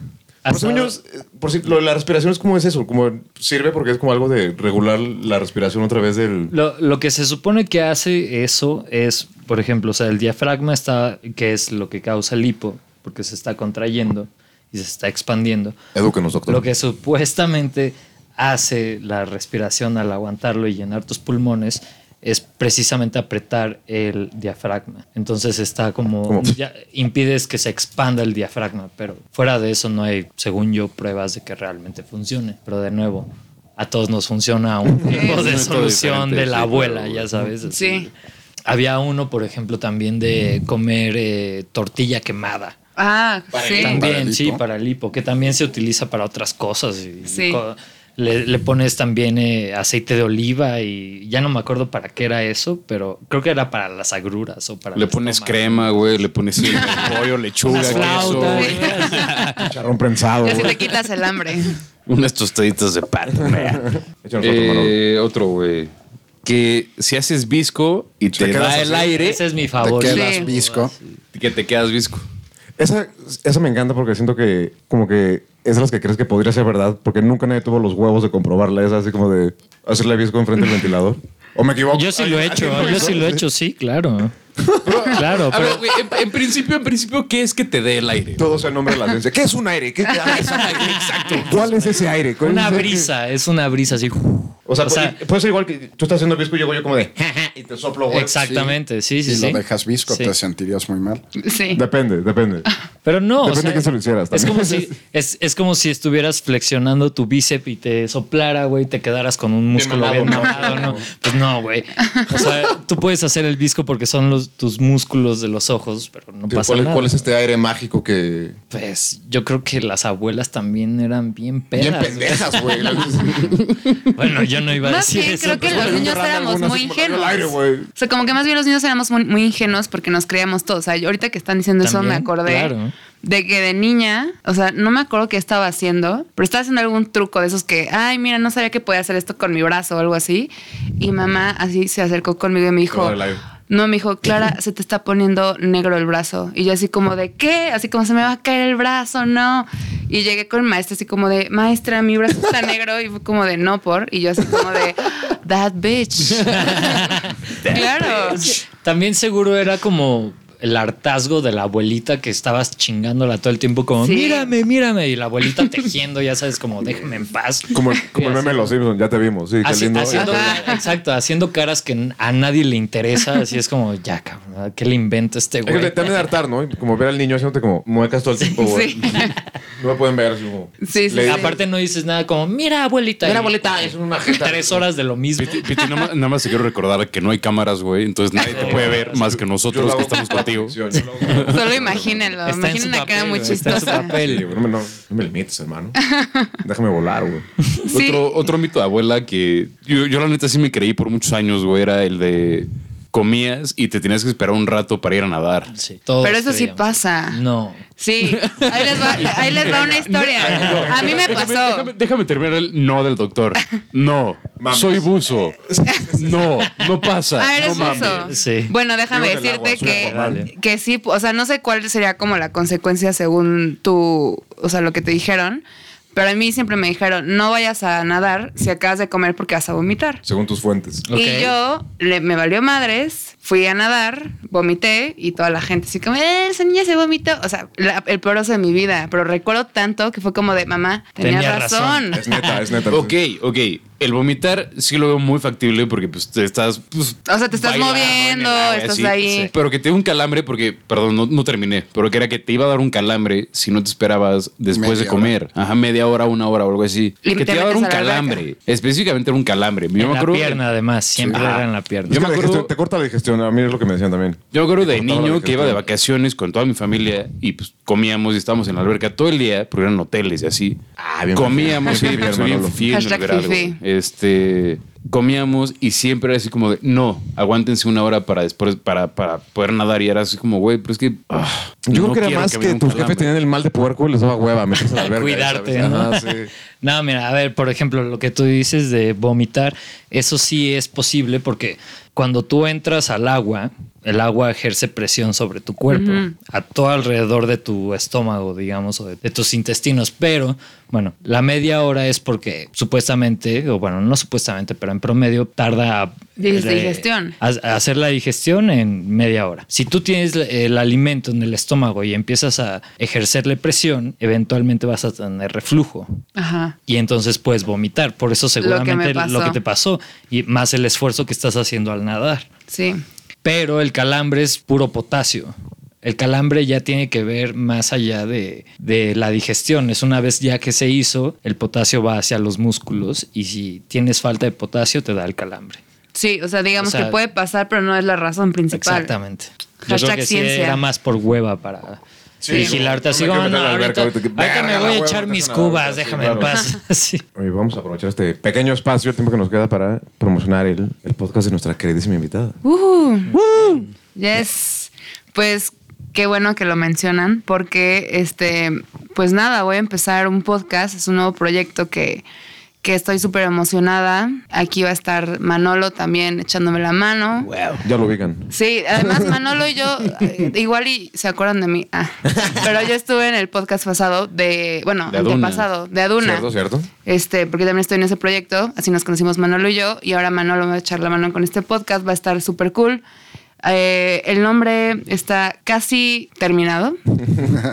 A: Por
D: Hasta-
A: si, por si- lo de la respiración es como es eso, como sirve porque es como algo de regular la respiración a través del.
D: Lo, lo que se supone que hace eso es, por ejemplo, o sea, el diafragma está, que es lo que causa el hipo, porque se está contrayendo y se está expandiendo.
A: Edúquenos, doctor.
D: Lo que supuestamente hace la respiración al aguantarlo y llenar tus pulmones es precisamente apretar el diafragma. Entonces está como
A: ¿Cómo?
D: ya impides que se expanda el diafragma, pero fuera de eso no hay, según yo, pruebas de que realmente funcione. Pero de nuevo, a todos nos funciona un tipo de
B: método
D: solución
B: diferente,
D: de la
B: sí,
D: abuela,
B: claro.
D: ya sabes. así.
E: Sí.
D: Había uno, por ejemplo, también de comer eh, tortilla quemada.
E: Ah, sí.
D: También,
C: Para el
D: sí,
C: hipo.
D: para el hipo, que también se utiliza para otras cosas. y
E: Sí.
D: co- Le, le pones también eh, aceite de oliva y ya no me acuerdo para qué era eso, pero creo que era para las agruras o para.
B: Le
D: el
B: pones
D: estómago.
B: crema, güey, le pones sí, pollo, lechuga,
D: Unas
B: queso,
D: flautas.
B: güey.
A: Charrón prensado.
E: Y así
A: güey.
E: te quitas el hambre.
B: unas tostaditas de pato.
A: Échanos otro, Manolo.
B: Eh, otro, güey. Que si haces visco y te
A: quedas
B: da el
A: así.
B: aire,
D: Ese es mi
C: Te
D: favorito.
C: quedas
E: Sí.
C: visco.
B: que te quedas visco.
A: Esa, esa me encanta porque siento que como que es de las que crees que podría ser verdad porque nunca nadie tuvo los huevos de comprobarla. Es así como de hacerle visco enfrente del ventilador. ¿O me equivoco?
D: Yo sí lo he hecho, yo sí lo he hecho, sí, claro. claro,
B: A
D: pero-
B: ver, güey, en, en principio, en principio, ¿qué es que te dé el aire?
A: Todo sea en nombre de la ciencia. ¿Qué es un aire? ¿Qué, qué-
B: Exacto.
A: cuál es ese aire? ¿Cuál
D: Una
A: es ese-
D: brisa, es una brisa así.
A: O sea, puede- puede ser igual que tú estás haciendo visco y llego yo como de y te soplo, güey.
D: exactamente, sí, sí,
C: Si
D: sí.
C: lo dejas visco,
D: Sí.
C: te sentirías muy mal.
E: Sí.
A: Depende, depende.
D: Pero Ah, no,
A: Depende de quién se lo hicieras
D: Es
A: también.
D: como, si, es, es como si estuvieras flexionando tu bíceps y te soplara, güey, te quedaras con un músculo
A: mamado,
D: bien
A: ¿no?
D: mamado, ¿no? Pues no, güey. O sea, tú puedes hacer el disco porque son los, tus, tus músculos de los ojos, pero no pasa
A: ¿Cuál,
D: nada.
A: cuál es este aire mágico que.
D: Pues yo creo que las abuelas también eran bien
A: Bien
D: pedas. güey.
A: pendejas, güey.
D: Bueno, yo no iba a
E: Más
D: decir
E: bien
D: eso.
E: creo que
D: pero-
E: los niños éramos muy ingenuos. o sea, como que más bien los niños éramos muy, muy ingenuos porque nos creíamos todos. O sea, yo ahorita que están diciendo eso me
D: También,
E: acordé
D: claro.
E: de que de niña, o sea, no me acuerdo qué estaba haciendo, pero estaba haciendo algún truco de esos que, ay, mira, no sabía que podía hacer esto con mi brazo o algo así. Y mamá así se acercó conmigo y me dijo,
A: Todo el live.
E: no, me dijo, Clara, se te está poniendo negro el brazo. Y yo así como de, ¿qué? Así como se me va a caer el brazo, no. Y llegué con maestra así como de, maestra, mi brazo está negro. Y fue como de, no, por. Y yo así como de, that bitch. claro.
D: También seguro era como el hartazgo de la abuelita que estabas chingándola todo el tiempo como
E: Sí.
D: mírame, mírame y la abuelita tejiendo, ya sabes, como déjeme en paz.
A: Como, el- como el meme de los Simpsons, ya te vimos. Sí, qué
D: Haci-
A: lindo.
D: haciendo-
E: Ajá.
D: exacto, haciendo caras que a nadie le interesa, así es como ya cabrón, ¿qué le inventa este
A: Es que
D: güey?
A: te- te han de hartar, ¿no? Como ver al niño haciéndote como muecas todo el tiempo, güey.
E: sí.
A: No me pueden ver. así como-
E: Sí, sí,
A: Le-
E: sí.
D: Aparte no dices nada como mira abuelita.
A: Mira,
D: y
A: abuelita, es una jeta.
D: Tres horas de lo mismo.
B: Piti, Piti, nada más, nada más te quiero recordar que no hay cámaras, güey. Entonces nadie te puede ver más que
A: Yo
B: nosotros
A: lo
B: que
A: hago
B: estamos
A: con
B: contigo.
A: convicción, yo lo hago.
E: Solo imagínenlo.
D: Está en su
E: Ah, Imaginen una cara
D: papel,
E: muy
D: güey, está en su
E: chistosa.
D: papel.
A: Sí, güey, no, me- no- no me limites, hermano. Déjame volar, güey.
E: Sí.
B: Otro, otro mito de abuela que yo, yo la neta sí me creí por muchos años, güey, era el de comías y te tenías que esperar un rato para ir a nadar.
D: Sí, todos
E: Pero eso sí
D: creíamos.
E: pasa.
D: No.
E: Sí, ahí les va, ahí les va una historia. A mí me
B: Déjame-
E: pasó.
B: Déjame, déjame terminar el no del doctor. No,
A: Mames.
B: soy buzo. No, no pasa.
E: Ah, eres
B: no mames.
E: buzo.
D: Sí.
E: Bueno, déjame
A: Digo que el agua
E: decirte
A: azul,
E: que,
A: vale.
E: que sí, o sea, no sé cuál sería como la consecuencia según tú, o sea, lo que te dijeron, pero a mí siempre me dijeron, no vayas a nadar si acabas de comer porque vas a vomitar.
A: Según tus fuentes.
D: Ok.
E: Y yo le- me valió madres, fui a nadar, vomité y toda la gente así como, eh, esa niña se vomitó. O sea, la- el peor oso de mi vida, pero recuerdo tanto que fue como de, mamá, tenías
D: Tenía razón".
E: razón.
A: Es neta, es neta.
B: Ok, ok. El vomitar sí lo veo muy factible porque pues te estás... pues,
E: O sea, te estás
B: bailando en el
E: moviendo,
B: agua,
E: estás
B: así.
E: ahí.
B: Sí. Pero que te dé un calambre porque, perdón, no, no terminé, pero que era que te iba a dar un calambre si no te esperabas después
C: Media
B: de comer. Ajá, media hora, una hora o algo así.
E: Y
B: que
E: te
B: te iba a dar un
E: metes a la alberca.
B: calambre. Específicamente era un calambre. Yo me
D: En la
B: acuerdo-
D: pierna, además, siempre
B: Ajá.
D: era en la pierna.
A: Yo
B: Yo
A: me
B: me acuerdo-
A: Te corta la digestión, a mí es lo que me decían también.
B: Yo me acuerdo de
A: Te cortaba la
B: niño que iba de
A: digestión.
B: vacaciones con toda mi familia y pues comíamos y estábamos en la alberca todo el día, porque eran hoteles y así.
A: Ah, bien
B: comíamos,
A: fifi.
B: sí,
A: Bien
B: soy
A: fifi,
B: bien
A: Manolo.
B: fifi en el
E: Hashtag
B: verano,
E: fifi.
B: güey. Este, comíamos y siempre era así como de, no, aguántense una hora para después, para, para poder nadar y era así como, güey, pero es que... ah,
A: Yo creo
B: no
A: que era
B: quiero
A: más
B: me dé
A: que
B: un
A: tus
B: calambre".
A: jefes tenían el mal de puerco y les daba hueva meterse a la verga.
D: cuidarte.
A: ¿sabes?
D: ¿no?
A: Ajá, sí.
D: No, mira, a ver, por ejemplo, lo que tú dices de vomitar, eso sí es posible porque cuando tú entras al agua, el agua ejerce presión sobre tu cuerpo, a todo alrededor de tu estómago, digamos, o de, de tus intestinos. Pero, bueno, la media hora es porque supuestamente, o bueno, no supuestamente, pero en promedio tarda...
E: Dices
D: eh,
E: digestión.
D: a- a hacer la digestión en media hora. Si tú tienes el- el alimento en el estómago y empiezas a ejercerle presión, eventualmente vas a tener reflujo.
E: Ajá.
D: Y entonces puedes vomitar. Por eso seguramente lo que,
E: pasó.
D: te pasó. Y más el esfuerzo que estás haciendo al nadar.
E: Sí.
D: Pero el calambre es puro potasio. El calambre ya tiene que ver más allá de, de la digestión. Es una vez ya que se hizo, el potasio va hacia los músculos y si tienes falta de potasio te da el calambre.
E: Sí, o sea, digamos
D: O sea,
E: que puede pasar, pero no es la razón principal.
D: Exactamente. Yo
E: Hashtag
D: creo que sí
E: ciencia.
D: era más por hueva para
A: Sí,
D: vigilarte
A: no,
D: así
A: no me
D: como,
A: quiero meter
D: no,
A: a la alberca,
D: ahorita,
A: ahorita que-
D: ahorita me
A: Verga,
D: voy a
A: la
D: echar
A: hueva,
D: mis
A: no te hacen
D: cubas,
A: nada, sí,
D: déjame en
A: claro.
D: paz. Sí.
A: Oye, vamos a aprovechar este pequeño espacio, el tiempo que nos queda para promocionar el, el podcast de nuestra queridísima invitada.
E: Ujú. Yes. Pues qué bueno que lo mencionan, porque este, pues nada, voy a empezar un podcast. Es un nuevo proyecto que, que estoy súper emocionada. Aquí va a estar Manolo también echándome la mano.
A: Ya lo ubican.
E: Sí, además Manolo y yo, eh, igual y se acuerdan de mí. Ah, pero yo estuve en el podcast pasado de, bueno,
B: De Aduna.
E: antepasado, de Aduna.
A: ¿Cierto, cierto?
E: Este, porque también estoy en ese proyecto, así nos conocimos Manolo y yo, y ahora Manolo me va a echar la mano con este podcast, va a estar súper cool. Eh, el nombre está casi terminado,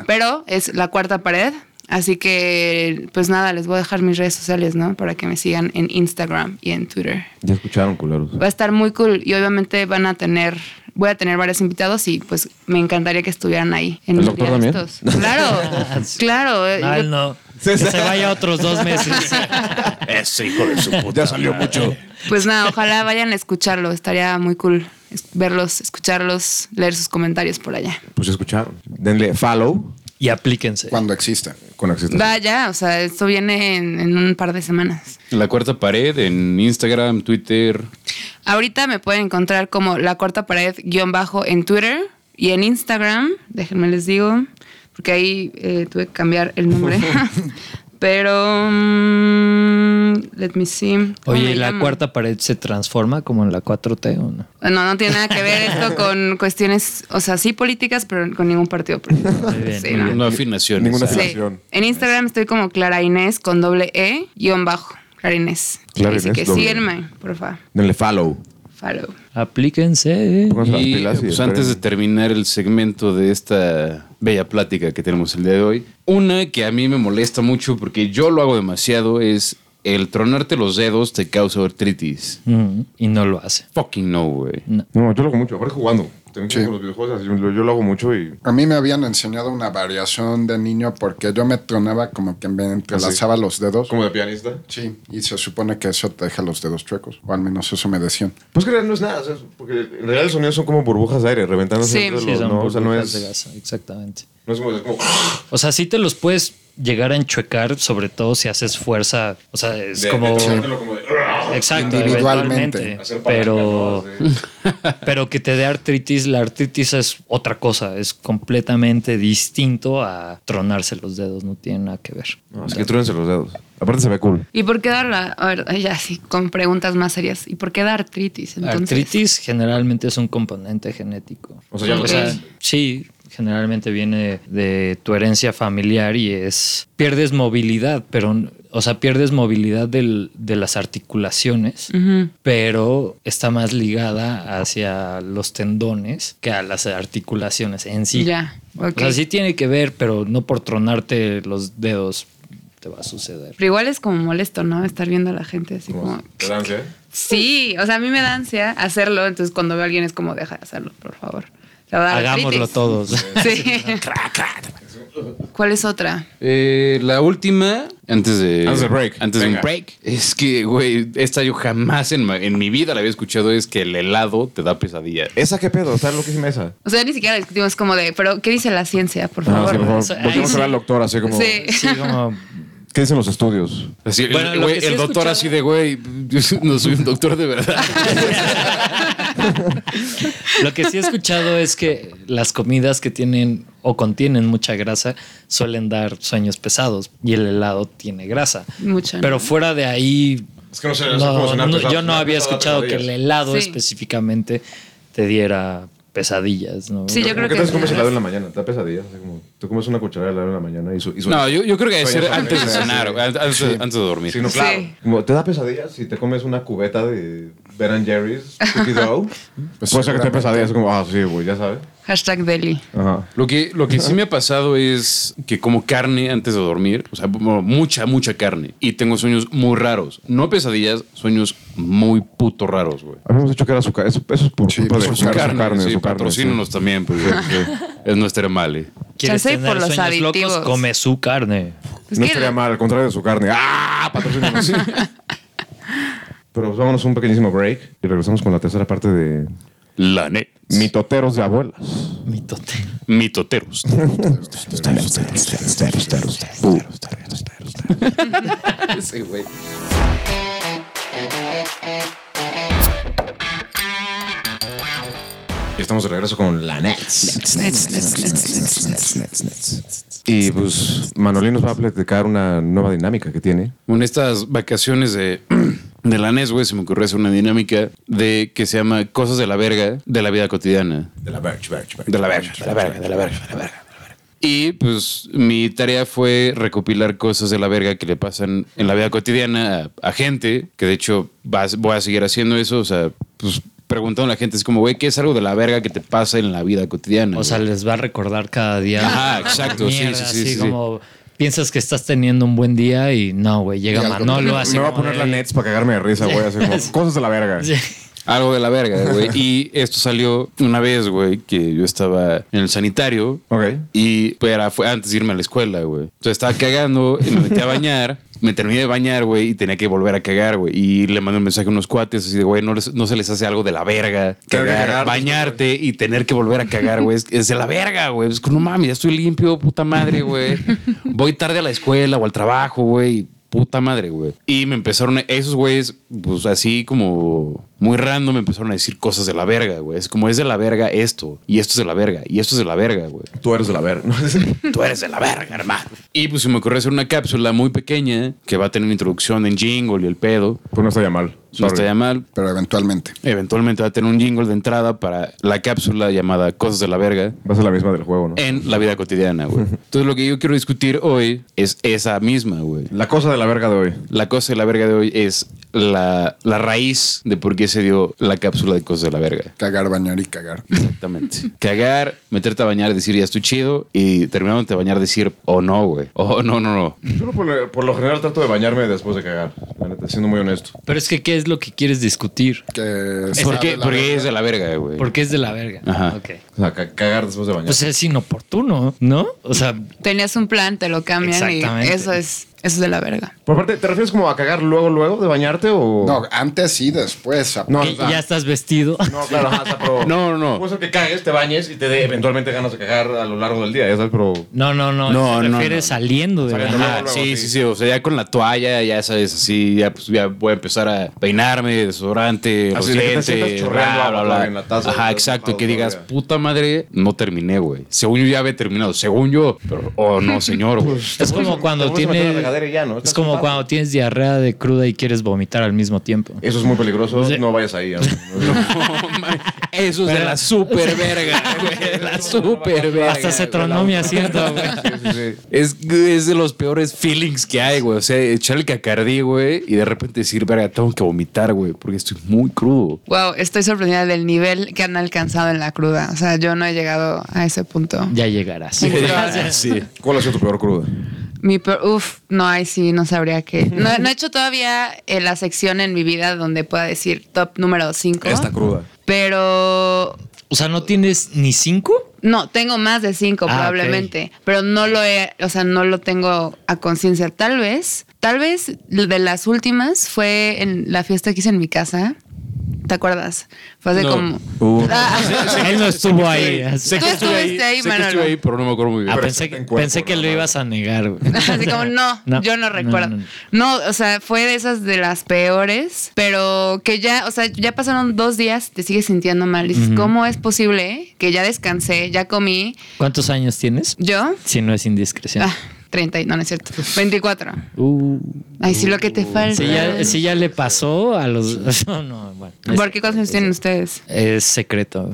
E: pero es La Cuarta Pared, así que pues nada, les voy a dejar mis redes sociales, ¿no? Para que me sigan en Instagram y en Twitter.
A: Ya escucharon, culeros.
E: Va a estar muy cool y obviamente van a tener, voy a tener varios invitados y pues me encantaría que estuvieran ahí. En
A: ¿El
E: los
A: doctor
E: días
A: también?
E: estos. Claro, claro. eh,
D: No,
E: yo-
D: Ah, él no. Que se vaya otros dos meses.
B: Ese hijo de su puta.
A: Ya salió mucho.
E: Pues nada, ojalá vayan a escucharlo, estaría muy cool. es- verlos, escucharlos, leer sus comentarios por allá.
A: Pues ya escucharon. Denle follow
D: Y aplíquense.
C: Cuando exista.
A: con acceso.
E: Vaya, o sea, esto viene en- en un par de semanas.
B: La cuarta pared en Instagram, Twitter.
E: Ahorita me pueden encontrar como La Cuarta Pared guión bajo en Twitter y en Instagram, déjenme les digo, porque ahí eh, tuve que cambiar el nombre. Pero, mm, let me see. ¿cómo
D: Oye,
E: me
D: ¿y la
E: llamo?
D: cuarta pared se transforma como en la 4T o no?
E: No, no tiene nada que ver esto con cuestiones, o sea, sí políticas, pero con ningún partido.
D: bien,
E: Sí,
D: muy
E: no.
D: bien.
B: No afinación.
A: Ninguna
E: Sí.
A: afiliación.
E: En Instagram estoy como Clara Inés con doble E guión bajo. Clara Inés.
A: Clara
E: Así
A: Inés,
E: que
A: doble E.
E: síguenme, porfa.
A: Denle follow.
E: Follow.
D: Aplíquense.
A: Pónganse las
B: Y
A: pilas y
B: pues,
A: esperen.
B: antes de terminar el segmento de esta bella plática que tenemos el día de hoy, una que a mí me molesta mucho porque yo lo hago demasiado es el tronarte los dedos te causa artritis.
D: Ujú, Mm, Y no lo hace.
B: Fucking no, güey.
A: No, yo lo hago mucho. Aparte jugando. También
C: Sí.
A: juego con los videojuegos. así, yo, yo lo hago mucho y...
C: A mí me habían enseñado una variación de niño porque yo me tronaba como que me entrelazaba los dedos.
A: Como de pianista.
C: Sí, y se supone que eso te deja los dedos chuecos, o al menos eso me decían.
A: Pues que en realidad no es nada. o sea, porque en realidad el sonido son como burbujas de aire reventando.
E: Sí.
A: dentro de
E: Sí,
A: los-
D: son
A: no, o sea, no
D: burbujas de
A: es...
D: gas, Exactamente.
A: No es como... es como-
D: O sea, sí te los puedes llegar a enchuecar, sobre todo si haces fuerza. O sea, es
A: de-
D: como.
A: de tronártelo como de-
D: Exacto,
C: Individualmente.
D: eventualmente.
A: Hacer palanca,
D: Pero,
A: ¿no? Así.
D: pero que te dé artritis, la artritis es otra cosa, es completamente distinto a tronarse los dedos, no tiene nada que ver.
A: No, así que trúense los dedos. Aparte se ve cool.
E: ¿Y por qué dar la.? A ver, ay, ya sí, con preguntas más serias. ¿Y por qué da artritis entonces?
D: Artritis generalmente es un componente genético.
A: O sea, ya lo
E: traes.
D: sí, generalmente viene de tu herencia familiar y es pierdes movilidad, pero o sea, pierdes movilidad del- de las articulaciones,
E: Ujú.
D: pero está más ligada hacia los tendones que a las articulaciones en sí.
E: Ya, ok.
D: O sea, sí tiene que ver, pero no por tronarte los dedos te va a suceder.
E: Pero igual es como molesto, ¿no? Estar viendo a la gente así como.
A: ¿Te dan ansia?
E: Sí, o sea, a mí me da ansia hacerlo. Entonces, cuando veo a alguien es como, deja de hacerlo, por favor. Te va a dar
D: Hagámoslo
E: artritis.
D: todos.
E: Sí. ¿Cuál es otra?
B: Eh, la última, antes de.
A: Antes del break.
B: Antes de un
A: Venga.
B: break. Es que, güey, esta yo jamás en, ma- en mi vida la había escuchado. Es que el helado te da pesadilla.
A: ¿Esa qué pedo? Está loquísima esa.
E: O sea, ni siquiera discutimos como de, pero ¿qué dice la ciencia, por
A: Ah,
E: favor?
A: sí, por favor.
D: Eso-
A: Volvemos
D: ahí
A: a ver al doctor, así como.
E: Sí.
D: Sí, como
A: ¿Qué dicen los estudios?
B: Así,
D: Bueno,
B: el,
D: lo
B: güey,
D: que sí
B: el
D: he
B: doctor
D: escuchado-
B: así de, güey, yo no soy un doctor de verdad.
D: Lo que sí he escuchado es que las comidas que tienen o contienen mucha grasa suelen dar sueños pesados y el helado tiene grasa.
E: Mucho. ¿no?
D: Pero fuera de ahí,
A: Es que no sé,
D: no, no, yo no había escuchado que el helado
E: Sí.
D: específicamente te diera pesadillas. ¿no?
E: Sí, yo creo
A: ¿Qué
E: que
A: te comes
E: sí.
A: helado en la mañana? Te da pesadillas. Así como, tú comes una cucharada de helado en la mañana y su. y su-
B: No, yo, yo creo que debe ser
A: Sueños
B: antes de
A: horribles,
B: cenar,
A: sí.
B: güey, antes, antes de dormir.
A: Sí, no, claro.
E: Sí.
A: Como, ¿Te da pesadillas si te comes una cubeta de Ben and Jerry's cookie dough?
C: Pues
A: Puede ser que te dé
C: seguramente.
A: pesadillas. Como, ah, sí, güey, ya sabes.
E: Hashtag Delhi.
A: Ajá.
B: Lo que, lo que sí me ha pasado es que como carne antes de dormir, o sea, como mucha, mucha carne, y tengo sueños muy raros. No pesadillas, suños muy puto raros, güey.
A: Habíamos dicho que era su carne. Eso, eso es por
C: Sí,
A: culpa
C: por
A: de
C: su
A: Pues su carne.
B: sí,
A: su carne,
B: patrocínanos también, porque es nuestra male.
D: ¿Quieres
E: Chance y
D: tener
E: por los
D: sueños locos?
E: aditivos.
D: Come su carne.
E: Pues
A: no
E: que-
A: estaría mal, al contrario de su carne. ¡Ah! Patrocínanos. Pero pues, vámonos a un pequeñísimo break y regresamos con la tercera parte de
B: La net.
A: Mitoteros de abuelas.
D: Mitote.
B: Mitoteros. Ese güey.
A: Y estamos de regreso con la Nets. Y pues Manolín nos va a platicar una nueva dinámica que tiene.
B: En estas vacaciones de, de la NES, güey, se me ocurrió hacer una dinámica de que se llama Cosas de la verga de la vida cotidiana.
A: De la Verge, Verge,
B: De la verga, de la verga, de la verga, de la verga. Y pues mi tarea fue recopilar cosas de la verga que le pasan en la vida cotidiana a, a gente, que de hecho vas- voy a seguir haciendo eso, o sea, pues preguntando a la gente, es como, güey, ¿qué es algo de la verga que te pasa en la vida cotidiana?
D: O sea,
B: güey?
D: les va a recordar cada día.
B: Ajá, exacto, sí,
D: Mierda,
B: sí, sí,
D: así
B: sí, sí.
D: como piensas que estás teniendo un buen día y no, güey, llega
C: Y algo-
D: Manolo así
A: Me voy a
D: como
A: poner
D: de-
A: la Nets para cagarme de risa, güey. Así como cosas de la verga.
D: Sí.
B: algo de la verga, güey. y esto salió una vez, güey, que yo estaba en el sanitario
A: Ok.
B: pues, Y pero fue antes de irme a la escuela, güey. Entonces estaba cagando y me metí a bañar. me terminé de bañar, güey, y tenía que volver a cagar, güey. Y le mandé un mensaje a unos cuates, así de, güey, no, les- no se les hace algo de la verga.
A: Tengo que
B: Cagar,
A: cagar, pues,
B: bañarte y tener que volver a cagar, güey. Es, es de la verga, güey. Es que no mames, ya estoy limpio, puta madre, güey. Voy tarde a la escuela o al trabajo, güey. Puta madre, güey. Y me empezaron, a- esos güeyes, pues así como muy random, me empezaron a decir cosas de la verga, güey. Es como es de la verga esto, y esto es de la verga, y esto es de la verga, güey
A: Tú eres de la verga.
B: tú eres de la verga, hermano. Y pues se me ocurrió hacer una cápsula muy pequeña que va a tener introducción en jingle y el pedo.
A: pues no estaría mal.
B: No
A: Sorry.
B: estaría mal.
C: Pero eventualmente.
B: Eventualmente va a tener un jingle de entrada para la cápsula llamada Cosas de la Verga
A: Va a ser la misma del juego, ¿no?
B: en la vida cotidiana, güey. Entonces lo que yo quiero discutir hoy es esa misma, güey.
A: La cosa de la verga de hoy.
B: La cosa de la verga de hoy es la, la raíz de por qué se dio la cápsula de Cosas de la Verga.
C: Cagar, bañar y cagar.
B: Exactamente. Cagar, meterte a bañar, decir ya estoy chido y terminándote de bañar, decir oh no, güey. Oh no, no, no.
A: Yo por, lo- por lo general trato de bañarme después de cagar. La neta, siendo muy honesto.
D: Pero es que, ¿qué es lo que quieres discutir?
C: Que
D: Es
B: ¿Por
C: sabe
B: qué?
C: la
B: Porque
C: verga.
B: es de la verga, güey.
D: Porque es de la verga.
B: Ajá.
D: Ok.
A: O sea, ca- cagar después de bañar.
D: Pues es inoportuno, ¿no? O sea,
E: Tenías un plan, te lo cambian y
D: Exactamente.
E: eso es, eso es de la verga.
A: por parte, ¿te refieres como a cagar luego, luego de bañarte o...?
C: No, antes y después.
A: No,
D: que
A: o sea,
D: ya estás vestido.
A: No, claro, ajá, o sea, pero...
B: No, no, no.
A: Puede ser que cagues, te bañes y te dé eventualmente ganas de cagar a lo largo del día, ya sabes, pero...
D: No, no, no.
B: No,
D: te
B: no,
D: refieres
B: no.
D: saliendo de
A: Saliendo
D: bañar.
A: luego,
B: Ah,
A: luego,
B: sí,
A: sí.
B: sí, sí. O sea, ya con la toalla, ya sabes, así, ya, pues, ya voy a empezar a peinarme, desodorante,
A: Así Ah, de que te
B: los
A: sientas
B: dientes,
A: chorreando
B: bla,
A: agua
B: bla, bla.
A: en la taza,
B: Ajá,
A: te
B: exacto. Y que
A: tapado
B: digas,
A: todavía.
B: puta madre, no terminé, güey. Según yo ya había terminado. Según yo, pero, oh, no, señor, güey.
A: Pues,
D: Es como cuando
A: Te vuelves a meter a la
D: tienes.
A: regadera y ya, ¿no?
D: Es
A: Estás
D: como
A: sentado.
D: cuando tienes diarrea de cruda y quieres vomitar al mismo tiempo.
A: Eso es muy peligroso,
D: sea-
A: no vayas ahí. amigo.
B: No, man, Eso es de la super verga, güey. de La super verga.
D: Hasta se
B: güey.
D: tronó mi asiento, güey.
A: Sí, sí, sí.
B: Es, es de los peores feelings que hay, güey. O sea, echar el cacardí, güey, y de repente decir, verga, tengo que vomitar, güey, porque estoy muy crudo.
E: Wow, estoy sorprendida del nivel que han alcanzado en la cruda. O sea, yo no he llegado a ese punto.
D: Ya llegarás.
B: sí.
A: ¿Cuál ha sido tu peor cruda?
E: Mi peor- uf, no, ahí sí, no sabría qué. No, no he hecho todavía eh, la sección en mi vida donde pueda decir top número 5.
A: Esta cruda.
E: Pero
D: O sea, ¿no tienes ni cinco?
E: no, tengo más de 5
D: Ah,
E: probablemente. Pero no lo he, o sea, no lo tengo a conciencia. Tal vez, tal vez de las últimas fue en la fiesta que hice en mi casa. ¿Te acuerdas? Fue hace
B: No.
E: como.
A: Uh.
E: Ah.
D: Él no estuvo ahí.
B: Sé
E: Tú
B: que estuve ahí,
E: estuviste ahí,
B: sé que
E: Manolo.
B: estuve ahí, pero no me acuerdo muy bien.
D: Ah,
A: Pero
D: pensé,
A: está
D: que-
A: en cuerpo,
D: pensé que
A: ¿no?
D: lo ibas a negar, güey.
E: Así como, no, yo no recuerdo. No,
D: no, no.
E: o sea, fue de esas de las peores, pero que ya, o sea, ya pasaron dos días, te sigues sintiendo mal. Dices, ¿cómo es posible que ya descansé, ya comí?
D: ¿Cuántos años tienes?
E: Yo,
D: Si no es indiscreción.
E: ah, 30, y- no, no es cierto, 24.
D: Uh.
E: Ay, sí, lo que te falta.
D: Si ya, si ya le pasó a los. No, no, bueno. Es-
E: ¿Por qué cuántos años tienen ustedes?
D: Es secreto.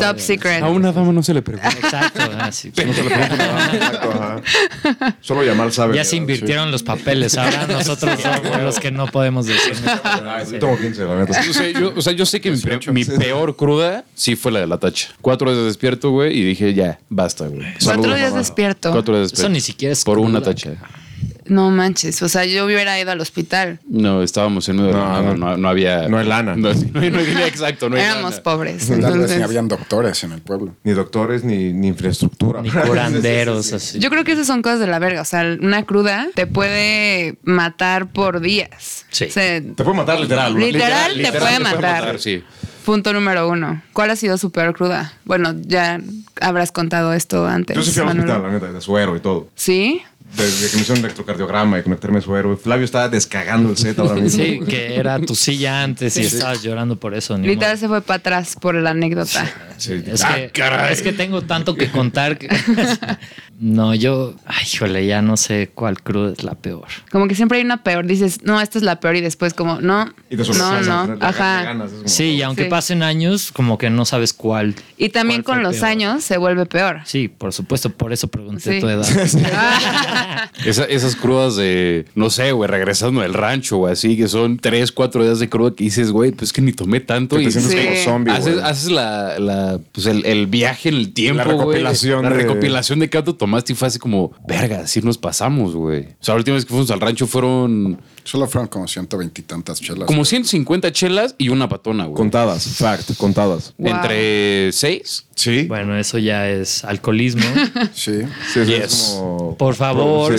E: Top secret.
B: A una dama no se le pregunta.
D: Exacto. ah, así.
A: No se le pregunto nada, exacto, ajá. Solo Yamal sabe.
D: Ya se invirtieron los papeles. Ahora nosotros somos los que no podemos decir.
A: Ah, yo tengo 15, la neta.
B: O sea, yo, o sea, yo sé que mi, pe- mi peor cruda sí fue la de la tacha. Cuatro días despierto, güey, y dije, ya, basta, güey.
E: Cuatro
B: Saludos,
E: días
B: mamá.
E: despierto.
B: Cuatro días despierto.
D: Eso ni siquiera es
B: Por una
D: cruda.
B: tacha.
E: No manches, o sea, yo hubiera ido al hospital.
B: No, estábamos en medio de la
A: No,
B: nada, no,
A: no.
B: no había...
A: No hay lana.
B: No, sí, no hay- no hay- exacto, no hay
E: Éramos
B: lana.
E: pobres.
C: Tal vez ni
E: Entonces,
C: habían doctores en el pueblo.
A: Ni doctores, ni, ni infraestructura.
D: Ni curanderos, así.
E: yo creo que esas son cosas de la verga. O sea, una cruda te puede matar por días.
D: Sí.
E: O sea,
A: Te puede matar literal. güey.
E: Literal, te puede matar.
B: sí.
E: Punto número uno. ¿Cuál ha sido su peor cruda? Bueno, ya habrás contado esto antes.
A: Yo sí fui al
E: Manolo.
A: hospital, la neta, de suero y todo.
E: ¿Sí?
A: Desde que me hicieron electrocardiograma y conectarme suero. Flavio estaba descagando el set ahora mismo.
D: Sí,
A: güey.
D: que era tu silla antes y estabas llorando por eso. ni
E: Literal
D: modo.
E: se fue para atrás por la anécdota.
A: Sí. Ah,
D: Es
B: Ah,
D: que, es que tengo tanto que contar. que- no, yo, ay, híjole, ya no sé cuál cruda es la peor.
E: Como que siempre hay una peor. Dices, no, esta es la peor. Y después como, no,
A: Y te
E: no,
A: sorprendes,
E: no.
A: te dan
E: Ajá.
A: ganas, es como-
D: Sí, y aunque
E: Sí.
D: pasen años, como que no sabes cuál.
E: Y también
D: cuál
E: con
D: fue
E: los
D: peor.
E: años se vuelve peor.
D: Sí, por supuesto, por eso pregunté
E: Sí.
D: tu edad.
B: Esa- esas crudas de, no sé, güey, regresando del rancho, güey, así que son tres, cuatro días de cruda que dices, güey, pues que ni tomé tanto.
A: Que
B: y
A: te sientes
E: Sí.
A: como zombie,
B: haces,
A: güey.
B: haces la, la- pues el, el viaje en el tiempo,
A: La
B: güey.
A: recopilación
B: La
A: de-
B: recopilación de cuánto tomaste y fue así como, verga, así nos pasamos, güey. O sea, la última vez que fuimos al rancho fueron
C: Solo fueron como 120 y tantas
A: Pues
C: chelas.
B: Como 150 chelas y una patona, güey.
A: Contadas, fact, contadas.
E: Wow.
B: Entre seis.
A: Sí.
D: Bueno, eso ya es alcoholismo.
C: Sí.
A: Sí, eso
B: Yes.
A: es como-
D: Por favor,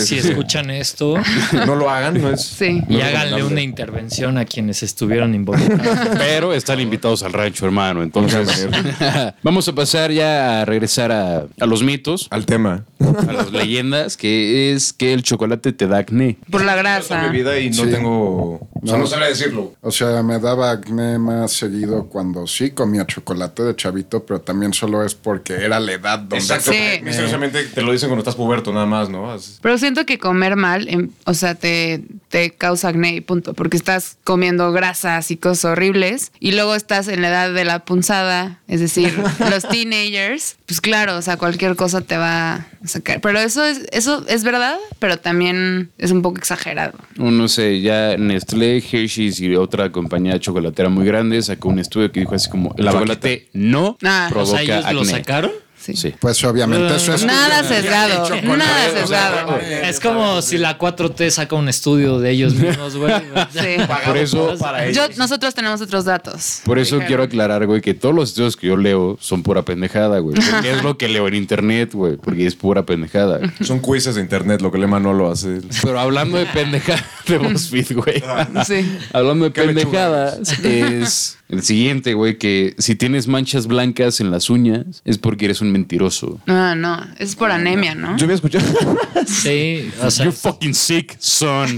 A: Sí,
D: si
A: sí, sí.
D: escuchan esto
A: No lo hagan, no es.
E: Sí.
A: no
D: y
A: es
D: háganle
A: recomendable.
D: una intervención a quienes estuvieron involucrados.
B: Pero están invitados al rancho, hermano. Entonces, vamos a pasar ya a regresar a, a los mitos,
A: Al tema.
B: a las leyendas, que es que el chocolate te da acné.
E: Por la grasa.
A: bebida y no
C: Sí.
A: tengo. O sea, no sabría decirlo.
C: O sea, me daba acné más seguido cuando sí comía chocolate de chavito, pero también solo es porque era la edad donde...
A: Exacto.
E: Sí.
A: porque Misteriosamente te lo dicen cuando estás puberto, nada más, ¿no? Así-
E: Pero siento que comer mal, em, o sea, te, te causa acné y punto, porque estás comiendo grasas y cosas horribles y luego estás en la edad de la punzada, es decir, los teenagers, pues claro, o sea, cualquier cosa te va a sacar. Pero eso es, eso es verdad, pero también es un poco exagerado.
B: No, no sé, ya Nestlé, Hershey's y otra compañía chocolatera muy grande sacó un estudio que dijo así como, el chocolate no
E: Ah.
D: o
B: provoca
D: sea, ellos
B: acné.
D: lo sacaron.
E: Sí.
B: Sí.
C: Pues obviamente eso es...
E: Nada sesgado,
C: Chocolate,
E: nada
C: o sea,
E: sesgado.
B: Eh,
D: Es como si la 4T saca un estudio de ellos mismos, güey.
E: Sí.
B: Por eso,
E: Yo- nosotros tenemos otros datos.
B: Por eso
E: Dijeron.
B: quiero aclarar, güey, que todos los estudios que yo leo son pura pendejada, güey. Porque es lo que leo en internet, güey. Porque es pura pendejada.
A: Son quizzes de internet, lo que le Manolo hace.
B: Pero hablando de pendejada de BuzzFeed, güey.
E: Sí.
B: Hablando de pendejadas, es el siguiente, güey, que si tienes manchas blancas en las uñas es porque eres un mentiroso.
E: No, no, es por anemia, ¿no?
A: Yo había escuchado.
D: Sí, o sea,
B: You're fucking sick, son.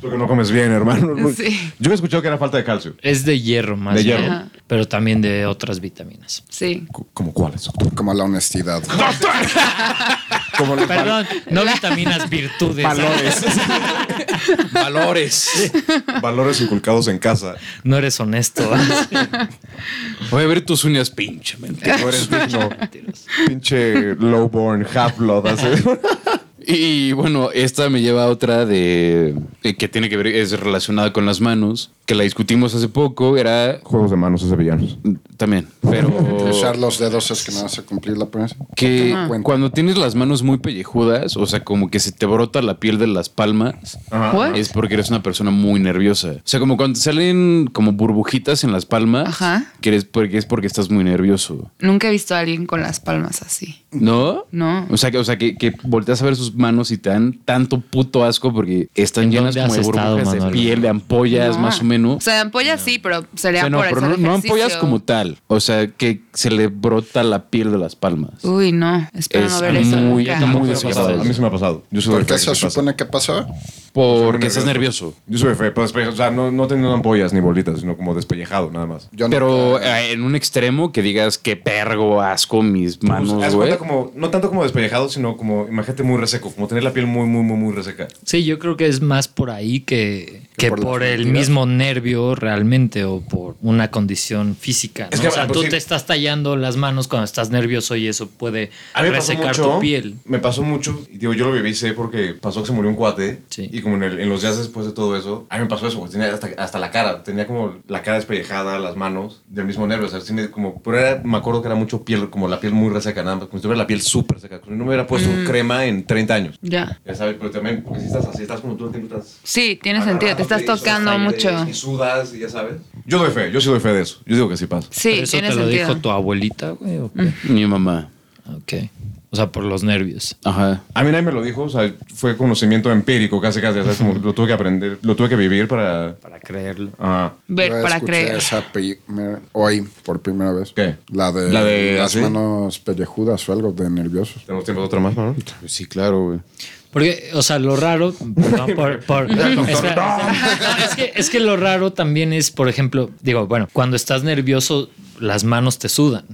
A: Porque no comes bien, hermano. No-
E: Sí.
A: Yo había escuchado que era falta de calcio.
D: es de hierro más.
A: De
D: bien,
A: hierro.
E: Ajá.
D: Pero también de otras vitaminas.
E: Sí.
A: Co- ¿Como cuáles, doctor?
C: Como la honestidad.
A: Como los
D: Perdón, no vitaminas, virtudes.
A: valores.
B: Valores.
A: valores inculcados en casa.
D: No eres honesto.
B: Voy a ver tus uñas, pinche mentira.
A: No eres digno. Pinche lowborn, half blood.
B: Y bueno, esta me lleva a otra de eh, que tiene que ver, es relacionada con las manos, que la discutimos hace poco, era
A: Juegos de manos ese villanos.
B: también, pero
C: Usar los dedos es que no vas a cumplir la promesa.
B: que
C: Ah.
B: cuando tienes las manos muy pellejudas, o sea, como que se te brota la piel de las palmas,
E: What?
B: es porque eres una persona muy nerviosa. O sea, como cuando te salen como burbujitas en las palmas,
E: Ajá.
B: que eres porque es porque estás muy nervioso.
E: Nunca he visto a alguien con las palmas así.
B: ¿No?
E: No.
B: O sea, que, o sea que, que volteas a ver sus manos y te dan tanto puto asco porque están
D: ¿En
B: llenas
D: dónde
B: como de
D: has estado,
B: burbujas de
D: Manolo?
B: piel, de ampollas,
E: No.
B: más o menos.
E: O sea, ampollas sí, pero sería
B: O sea, no,
E: por
B: pero
E: hacer
B: no, no
E: ejercicio.
B: ampollas como tal. O sea, que se le brota la piel de las palmas.
E: Uy, no. Espero
B: Es
E: no ver eso
B: muy-
E: nunca.
B: muy-
A: A mí se me ha pasado. A mí se me ha pasado. Yo soy
C: ¿Por
A: de
C: qué
A: fe,
C: se
A: sí pasa.
C: supone que pasó?
B: Porque estás nervioso.
A: Yo soy de fe, pues, pues, o sea, no, no teniendo ampollas ni bolitas, sino como despellejado, nada más.
C: Yo no-
B: Pero eh, en un extremo que digas que pergo, asco, mis
A: Pues, haz
B: manos, güey.
A: cuenta como, no tanto como despellejado, sino como, imagínate, muy reseco, como tener la piel muy, muy, muy, muy reseca.
D: Sí, yo creo que es más por ahí que, que
C: por
D: por,
C: las
D: el
C: mentiras.
D: mismo nervio realmente o por una condición física. ¿no?
A: Es que,
D: o sea,
A: pues,
D: tú
A: sí.
D: te estás tallando las manos cuando estás nervioso y eso puede
A: A mí me pasó
D: resecar
A: mucho.
D: tu piel.
A: Me pasó mucho. Y digo, yo lo viví, sé, porque pasó que se murió un cuate.
D: Sí.
A: Y como en, el- en los días después de todo eso, a mí me pasó eso. güey, Tenía hasta, hasta la cara. Tenía como la cara despellejada, las manos, del mismo nervio. O sea, sí me, como, pero era- me acuerdo que era mucho piel, como la piel muy reseca, nada más. Como si tuviera la piel súper seca. Como si no me hubiera puesto
E: Mm.
A: crema en 30 años.
E: Ya.
A: Ya sabes, pero también, porque si estás así, estás como tú, el tiempo estás.
E: Sí, tiene sentido. Te
A: agarrándote
E: estás
A: y
E: tocando
A: sosteniendo
E: mucho.
A: y- Y sudas, y ya sabes. Yo doy fe, yo sí doy fe de eso. Yo digo que sí pasa.
E: Sí,
D: ¿Pero eso
E: tiene
D: te lo
E: sentido.
D: dijo tu abuelita, güey. ¿o qué?
B: Mi mamá.
D: Ok. O sea, por los nervios.
B: Ajá.
A: A mí nadie me lo dijo, o sea, fue conocimiento empírico, casi, casi, o sea, es como lo tuve que aprender, lo tuve que vivir para...
D: Para creerlo.
A: Ah,
E: Ver
C: Yo
E: para
C: escuché
E: creer.
C: esa primer- hoy, por primera vez.
A: ¿Qué?
C: La de,
A: La de
C: las
A: así.
C: manos pellejudas o algo de nerviosos.
A: tenemos tiempo de otra más, ¿no?
B: Sí, claro, güey.
D: Porque, o sea, lo raro. perdón, por- por- espera, no, es, que, es que lo raro también es, por ejemplo, digo, bueno, cuando estás nervioso, las manos te sudan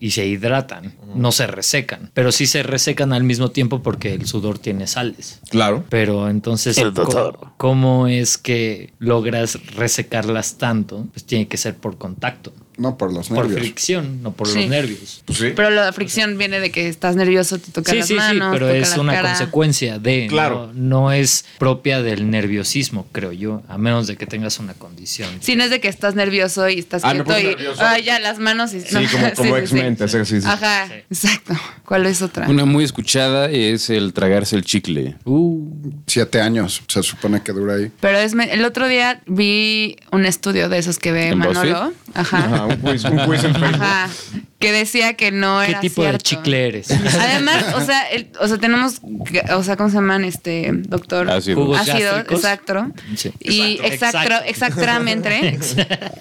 D: y se hidratan, no se resecan, pero sí se resecan al mismo tiempo porque el sudor tiene sales.
A: Claro.
D: Pero entonces, ¿cómo- ¿cómo, es que logras resecarlas tanto? Pues tiene que ser por contacto,
C: No por los
D: por
C: nervios.
D: fricción, no por
E: Sí.
D: los nervios.
A: Pues sí.
E: Pero la fricción viene de que estás nervioso, te tocas
D: Sí,
E: las
D: sí, sí,
E: manos.
D: pero
E: tocas
D: es
E: la
D: una
E: cara.
D: consecuencia de.
A: Claro.
D: No, No es propia del nerviosismo, creo yo, a menos de que tengas una condición.
E: Sí, no es de que estás nervioso y estás
A: Ah, me
E: quieto
A: puse
E: y.
A: nervioso.
E: Ah, ya, las manos. Y,
A: Sí, como- como X-Men, te hace así, sí.
E: Ajá,
D: Sí.
E: exacto. ¿Cuál es otra?
B: Una muy escuchada es el tragarse el chicle.
D: Uh,
C: Siete años, se supone que dura ahí.
E: Pero es, me- el otro día vi un estudio de esos que ve
B: ¿En
E: Manolo.
A: Ajá,
E: Ajá.
A: un quiz, un quiz en Facebook.
E: Ajá. Que decía que no
D: ¿Qué
E: era
D: tipo de
E: cierto.
D: chicle eres?
E: Además, o sea, el- o sea, tenemos, que- o sea, ¿cómo se llaman? Este, doctor.
B: Ácido.
D: Jugos
E: Ácido,
D: gástricos.
E: exacto.
D: Sí.
E: Y
D: Exacto,
E: exacto,
D: exacto.
E: exactamente.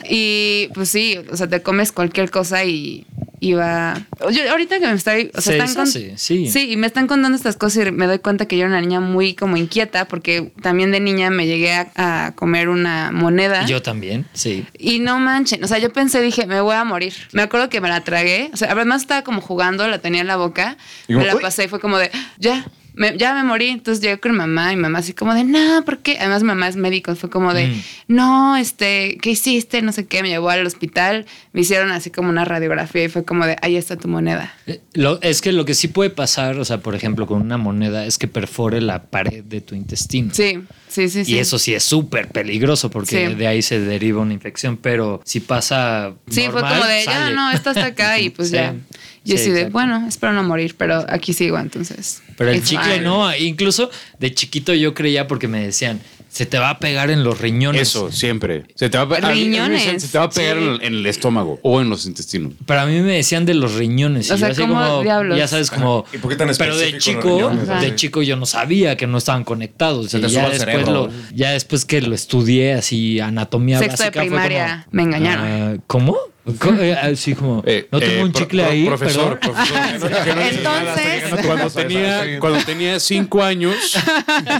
E: y pues sí, o sea, te comes cualquier cosa y, y va. Yo, ahorita que me estoy. O sea,
D: Se
E: están con-
D: deshace, sí.
E: y me están contando estas cosas y me doy cuenta que yo era una niña muy como inquieta porque también de niña me llegué a, a comer una moneda.
D: Y Yo también, sí.
E: Y no manchen, o sea, yo pensé, dije, me voy a morir. Me acuerdo que me la tragué, o sea, además estaba como jugando, la tenía en la boca,
A: Y como,
E: me la
A: "Uy".
E: pasé y fue como de, ya, me- ya me morí. Entonces llegué con mi mamá y mi mamá así como de, no, ¿por qué? Además mi mamá es médico, fue como de,
D: Mm.
E: no, este, ¿qué hiciste? No sé qué, me llevó al hospital, me hicieron así como una radiografía y fue como de, ahí está tu moneda.
D: Eh, lo- es que lo que sí puede pasar, o sea, por ejemplo, con una moneda es que perfore la pared de tu intestino.
E: Sí, sí, sí, sí.
D: Y eso sí es súper peligroso porque
E: Sí.
D: de ahí se deriva una infección, pero si pasa.
E: Sí, fue
D: normal,
E: como de, ya,
D: sale.
E: no, está hasta acá y pues
D: Sí.
E: ya. Yo
D: Sí,
E: sí, de,
D: exacto.
E: bueno, espero no morir, pero aquí sigo entonces.
D: Pero el
E: It's
D: chicle
E: fine.
D: no, incluso de chiquito yo creía porque me decían, se te va a pegar en los riñones.
B: Eso, siempre. Se te va a pe- a mí- a mí me decían,
E: Riñones.
B: Se te va a pegar
E: Sí.
B: en, el- en el estómago o en los intestinos.
D: Para mí me decían de los riñones.
E: O
D: y
E: sea,
D: yo así
E: ¿cómo
D: como,
E: diablos?
D: ya sabes, como.
A: ¿Y por qué tan
D: pero de
A: específico los
D: chico,
A: riñones?
E: Ajá.
D: de chico yo no sabía que no estaban conectados.
F: Se
D: y
F: te
D: ya,
F: sube el
D: después
F: cerebro.
D: lo, ya después que lo estudié así, anatomía
E: Sexto de
D: básica, fue
E: primaria,
D: como,
E: me engañaron.
D: ah, ¿Cómo? Co- eh, Así como,
B: Eh,
D: no tengo
B: eh,
D: un
B: pro-
D: chicle
B: pro-
D: ahí.
B: Profesor,
D: perdón.
B: profesor. que no-
E: Entonces,
B: Cuando tenía, cuando tenía cinco años,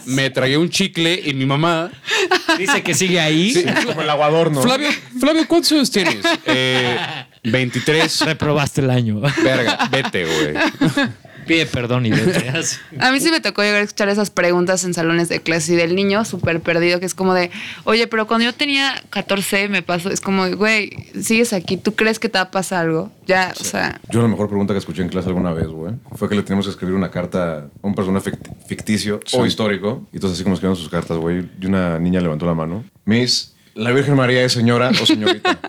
B: me tragué un chicle y mi mamá.
D: Dice que sigue ahí.
B: Sí.
A: Como el aguador, ¿no?
B: Flavio, Flavio, ¿cuántos años tienes? Eh, 23.
D: Reprobaste el año.
B: Verga, vete, güey.
D: Pide perdón y vete. Así.
E: a mí sí me tocó llegar a escuchar esas preguntas en salones de clase y del niño súper perdido, que es como de, oye, pero cuando yo tenía 14 me pasó, es como, güey, sigues aquí, ¿tú crees que te va a pasar algo? Ya, o sea,
A: Yo la mejor pregunta que escuché en clase alguna vez, güey, fue que le teníamos que escribir una carta a un personaje fict- ficticio o histórico. Y entonces así como escribieron sus cartas, güey, y una niña levantó la mano. Miss, ¿la Virgen María es señora o señorita?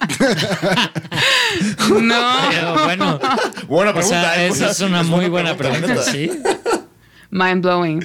E: no,
D: Pero bueno.
A: buena
D: O
A: pregunta.
D: sea,
A: eh,
D: esa es una muy buena pregunta,
A: neta.
D: sí.
E: mind blowing.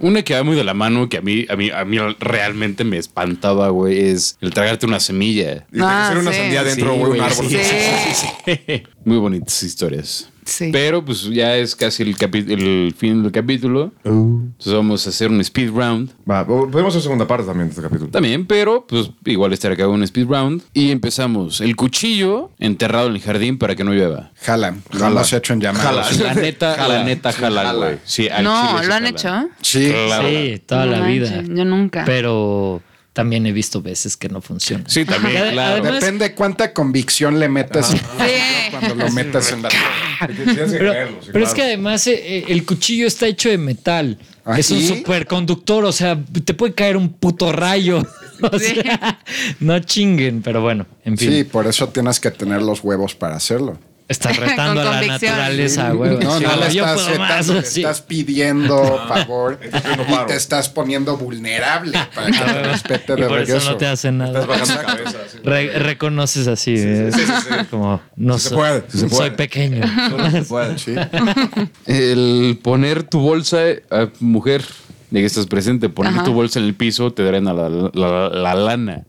B: Una que va muy de la mano, que a mí, a mí, a mí realmente me espantaba, güey, es el tragarte una semilla.
A: Y tiene que ser
E: Ah,
A: una
E: sí.
A: sandía dentro,
B: Sí,
A: güey, un
B: güey,
A: árbol. pues,
E: Sí,
B: Muy bonitas historias.
E: sí.
B: Pero pues ya es casi el, capi- el fin del capítulo. Entonces vamos a hacer un speed round.
A: Va, po- podemos hacer segunda parte también de este capítulo.
B: También, pero pues igual estará acá un speed round. Y empezamos. El cuchillo enterrado en el jardín para que no llueva.
C: Jala, lo hemos hecho en llamadas.
B: La neta, la neta jala,
A: jala.
B: güey. Sí, al chile
E: no,
B: sí
E: ¿lo han
B: jala.
E: hecho?
C: Sí,
D: Sí, toda
E: No
D: la vida.
E: manches, yo nunca.
D: Pero también he visto veces que no funciona.
B: Sí,
D: Y
B: también,
D: ade-
B: claro.
D: además-
C: depende cuánta convicción le metes
E: Pues Sí.
C: cuando lo metes en la...
A: Tienes que
D: Pero,
A: creerlo, sí,
D: pero es que
A: claro.
D: además eh, eh, el cuchillo está hecho de metal.
C: ¿Ah,
D: Es un
C: sí?
D: superconductor, o sea, te puede caer un puto rayo. O
E: Sí.
D: sea, no chinguen, pero bueno, en fin.
C: Sí, por eso tienes que tener los huevos para hacerlo.
D: Está retando a
E: Con
D: la
E: convicción.
D: naturaleza, güey.
C: No,
D: Sí,
C: no,
D: güey,
C: le
D: yo
C: estás,
D: puedo más,
C: retando, le
D: sí.
C: estás pidiendo favor
A: pidiendo
C: y
A: paro.
C: te estás poniendo vulnerable para que
D: Ah,
C: te
D: güey.
C: respete
D: Y
C: de
D: por eso
C: regreso.
D: no te hace nada.
A: Estás bajando la cabeza. sí.
D: Re- reconoces así, ¿eh? como no
A: Sí se
D: soy-
A: puede, sí se
D: soy
A: puede.
D: pequeño.
C: Sí.
B: El poner tu bolsa, eh, mujer, de que estás presente, poner
E: Ajá.
B: tu bolsa en el piso te drena la, la, la- la lana.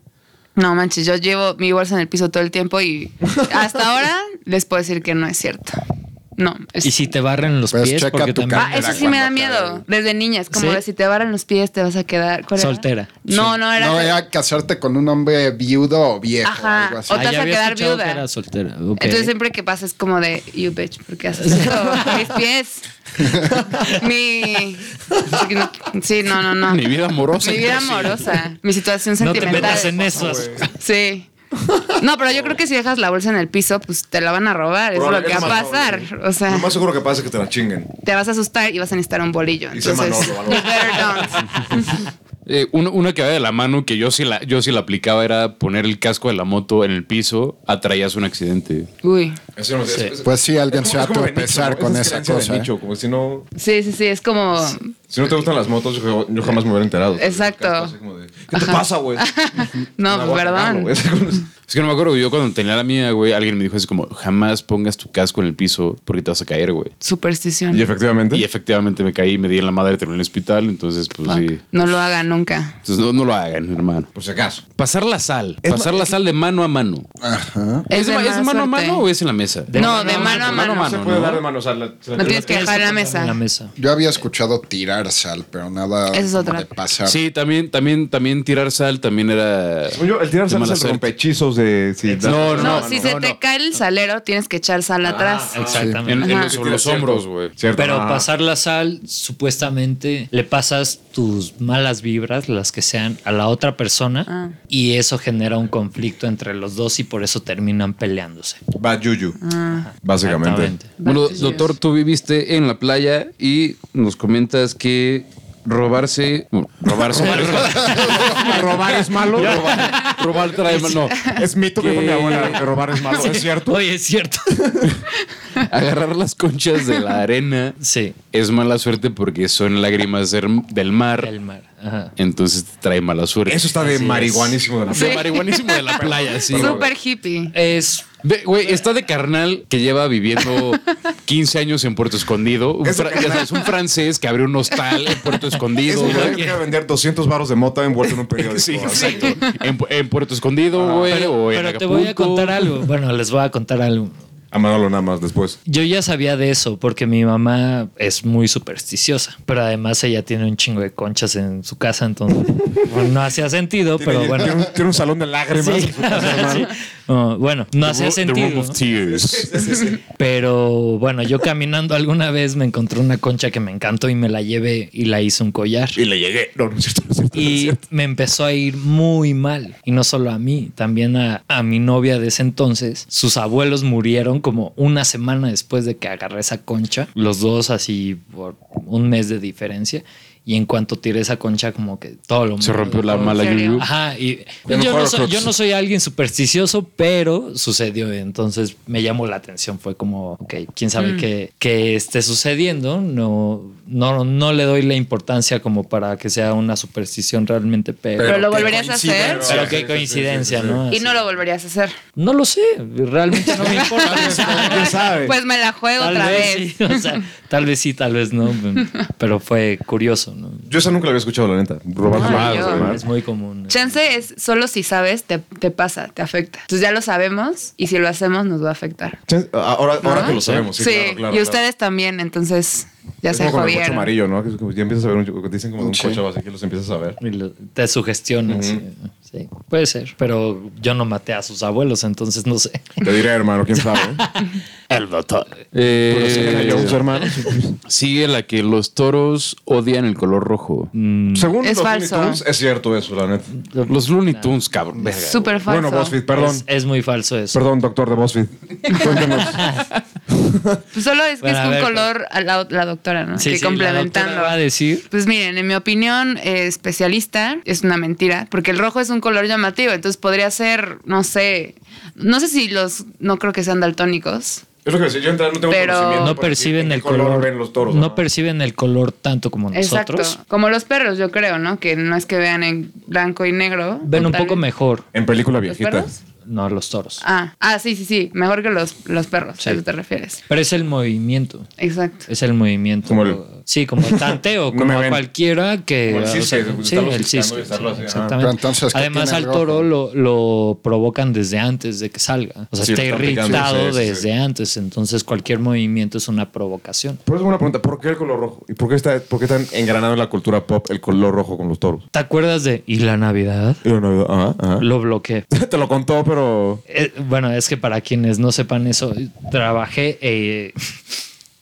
E: No manches, yo llevo mi bolsa en el piso todo el tiempo y hasta ahora les puedo decir que no es cierto. No, es
D: Y si te barren los
C: Pues
D: pies,
C: checa
D: porque
C: tu
D: también.
E: Ah,
C: Era
E: eso sí me da
C: cuando
E: miedo. Desde niña, es como
D: ¿Sí?
E: de si te barran los pies te vas a quedar ¿cuál era?
D: Soltera.
E: No, no era.
C: No era casarte con un hombre viudo o viejo.
E: Ajá.
C: algo así.
E: O te vas
D: ya
E: a
D: había
E: quedar
D: escuchado
E: viuda.
D: que era soltera. ok.
E: Entonces siempre que pasa es como de you bitch, porque haces eso? Mis pies. Mi Sí, no, no, no.
B: Mi vida amorosa.
E: Mi vida amorosa, mi situación
D: no te
E: sentimental.
D: metas en
A: Ah,
D: esos.
E: Sí. No, pero yo creo que si dejas la bolsa en el piso, pues te la van a robar, es lo
A: Probable-
E: que va
A: es
E: a
A: más
E: pasar.
A: probable.
E: O sea,
A: Lo más seguro que pasa es que te la chinguen.
E: te vas a asustar y vas a necesitar un bolillo.
A: Dice
E: Entonces,
A: Manolo, Manolo.
E: you better don't.
B: Eh, uno- una que va de la mano que yo sí la, yo sí la aplicaba era poner el casco de la moto en el piso, atraías un accidente.
E: Uy.
A: Eso no- es- es-
C: Pues sí, alguien
A: es
C: se va a
A: como de nicho,
C: tropezar
A: ¿no?
C: con
A: es
C: esa
A: creencia de
C: cosa. ¿eh?
A: nicho, como si no...
E: Sí, sí, sí, es como...
A: Si no te gustan las motos, yo, yo jamás me hubiera enterado.
E: Exacto.
A: Así como de, ¿Qué te pasa, güey?
E: No,
A: Una
E: pues
A: guacamala,
E: perdón.
A: güey.
B: Es que no me acuerdo, yo cuando tenía la mía, güey, alguien me dijo así como, jamás pongas tu casco en el piso porque te vas a caer, güey.
E: Superstición.
A: Y efectivamente.
D: e
B: Y efectivamente me caí, me di en la madre, terminé en el hospital, entonces pues
E: Fuck.
B: sí.
E: No lo haga nunca.
B: Entonces no, no lo hagan, hermano.
A: por si acaso.
B: Pasar la sal, pasar la sal de mano a mano. ¿Es, de,
E: de
B: es de
E: mala
B: mano a
E: Ah. suerte.
B: mano o es en la mesa?
D: De
E: no, de mano a mano.
A: Se puede
B: ¿no?
A: dar de mano. O sea, la- se la
E: No
A: tiene-
E: tienes que dejar en la mesa.
D: En la
A: Ah,
D: mesa.
C: Yo había escuchado tirar sal, pero nada
E: Esa es otra.
C: de pasar.
B: Sí, también, también, también tirar sal también era.
A: Según yo, el tirar
B: de
A: sal es
B: mala
A: el
B: suerte.
A: rompechizos de. si das-
B: No, no,
E: No,
B: no,
E: si
B: no,
E: se
B: no.
E: te cae el salero, tienes que echar sal atrás.
D: Exactamente.
B: En, en
E: Ajá.
B: los, sobre los hombros, güey.
A: Cierto.
D: Pero
A: Ajá.
D: pasar la sal, supuestamente le pasas tus malas vibras, las que sean, a la otra persona
E: Ah.
D: y eso genera un conflicto entre los dos y por eso terminan peleándose.
A: Bad Yuyu. Básicamente.
D: Exactamente.
B: Bueno,
E: Vale,
B: doctor, tú viviste en la playa y nos comentas que robarse. bueno, Robarse.
A: Robar es malo.
B: robar, robar trae. No.
A: Es mito que dijo mi abuela que robar es malo. Es cierto.
D: Oye, es cierto.
B: Agarrar las conchas de la arena
D: sí,
B: es mala suerte porque son lágrimas del del mar.
D: el mar. Ajá.
B: Entonces trae mala suerte.
A: Eso está de
D: Así es.
A: marihuanísimo de la
B: De marihuanísimo de la playa, sí.
E: Súper hippie.
D: Es
B: Ve, Güey, está de carnal que lleva viviendo 15 años en Puerto Escondido. Un, fra- ya sabes, un francés que abrió un hostal en Puerto Escondido.
A: Eso
B: güey.
A: que quiere vender 200 baros de mota envuelto en un periódico.
B: Sí,
A: O sea,
B: exacto. En, Pu- en Puerto Escondido, güey. o en
D: eh, Pero te voy a
B: Acapulco.
D: contar algo. Bueno, les voy a contar algo.
A: A Manolo nada más después.
D: Yo ya sabía de eso porque mi mamá es muy supersticiosa, pero además ella tiene un chingo de conchas en su casa, entonces bueno, no hacía sentido, pero
A: tiene,
D: bueno.
A: tiene un, tiene un salón de lágrimas.
D: Sí.
A: en su casa, hermano.
D: Sí. Oh, bueno, no
B: The
D: hacía
B: Room- The Room
D: sentido.
B: of Tears.
D: Pero bueno, yo caminando alguna vez me encontré una concha que me encantó y me la llevé y la hice un collar.
A: Y le llegué. No, no es cierto, no es cierto. no es
D: Y
A: cierto.
D: me empezó a ir muy mal. Y no solo a mí, también a, a mi novia de ese entonces. Sus abuelos murieron como una semana después de que agarré esa concha. Los dos así por un mes de diferencia. Y en cuanto tiré esa concha, como que todo lo
B: Se
D: malo
B: rompió la
D: dejó-
B: mala
E: ¿En serio?
B: yuyu.
D: Ajá, y
A: Yo no
D: yo no,
A: juego
D: soy, yo
A: Crooks.
D: no soy alguien supersticioso, pero sucedió. Entonces me llamó la atención. Fue como, ok, quién
E: Mm.
D: sabe qué, qué esté sucediendo. No, no, no le doy la importancia como para que sea una superstición realmente, pero.
E: Pero
D: Pero,
E: lo
C: que
E: volverías a
C: coincida,
E: hacer.
C: ¿no?
A: Pero-
D: qué coincidencia, ¿no?
E: Y no lo volverías a hacer.
D: No lo sé, realmente no me importa. O sea,
A: ¿Quién sabe?
E: Pues me la juego
D: tal
E: otra vez.
D: sí, o sea, tal vez sí, tal vez no. Pero fue curioso, ¿no?
A: Yo esa nunca la había escuchado, la neta. Robar
E: Ay,
A: baros,
E: yo.
A: hermano.
D: Es muy común.
E: Chance es solo si sabes, te, te pasa, te afecta. Entonces ya lo sabemos y si lo hacemos nos va a afectar.
A: Chan- Ahora, ahora que lo sabemos, sí,
E: Sí,
A: claro, claro,
E: y
A: claro.
E: ustedes también, entonces ya
A: Es
E: se
A: como con el coche
E: jodieron.
A: amarillo, ¿no? Que es como- ya empiezas a ver un que dicen como de un
C: Sí.
A: coche así que los empiezas a ver.
D: Y lo- te sugestionas. sí, sí, puede ser. Pero yo no maté a sus abuelos, entonces no sé.
A: Te diré, hermano, quién sabe.
D: El doctor.
B: Eh,
A: Pero sí, pues. cayó un su hermano.
B: sigue la que los toros odian el color rojo.
D: Mm.
A: Según
E: Es
A: los Looney
E: falso.
A: Tunes, es cierto eso, la neta.
B: Los Looney Tunes, cabrón. verga.
E: Súper falso.
A: Bueno, pues, BuzzFeed, perdón.
D: Es, es muy falso eso.
A: Perdón, doctor de BuzzFeed. Cuéntenos.
E: Pues solo es que
D: Bueno, a
E: es un
D: ver,
E: color a la, la doctora, ¿no?
D: Sí,
E: que
D: sí, la
E: complementando.
D: doctora va a decir.
E: Pues miren, en mi opinión eh, especialista es una mentira, porque el rojo es un color llamativo, entonces podría ser, no sé, no sé si los, no creo que sean daltónicos.
A: Es lo que decía, yo en realidad no tengo
E: Pero-
A: conocimiento.
D: No
A: para decir en
D: perciben
A: qué
D: el color.
A: ven los toros.
D: no perciben el color tanto como nosotros.
E: Exacto. Como los perros, yo creo, ¿no? Que no es que vean en blanco y negro.
D: Ven un
E: Tal-
D: poco mejor.
A: En película
E: ¿Los
A: viejita.
E: perros?
D: No, los toros.
E: Ah, ah, sí, sí, sí. Mejor que los, los perros,
D: Sí.
E: a eso te refieres.
D: Pero es el movimiento.
E: Exacto.
D: Es el movimiento.
A: Como el-
D: sí, como el
A: No
D: tanteo, como
A: me ven.
D: cualquiera que.
A: Como el pues, cisque, estarlo
D: sí, el
A: picando y
D: cisque,
A: estarlo
D: sí,
A: así, ajá.
D: exactamente.
C: Pero entonces, ¿qué
D: Además,
C: tiene el
D: al toro
C: rojo?
D: lo, lo provocan desde antes de que salga. O sea,
A: Sí,
D: está
A: lo están picando,
D: irritado
A: sí, sí, sí.
D: desde antes. Entonces, cualquier movimiento es una provocación.
A: Por eso es una pregunta, ¿por qué el color rojo? ¿Y por qué, está, por qué tan engranado en la cultura pop el color rojo con los toros?
D: ¿Te acuerdas de y la Navidad?
A: Y la Navidad, ajá, ajá.
D: Lo bloqueé.
A: Te lo contó, pero...
D: Eh, bueno, es que para quienes no sepan eso, trabajé, eh,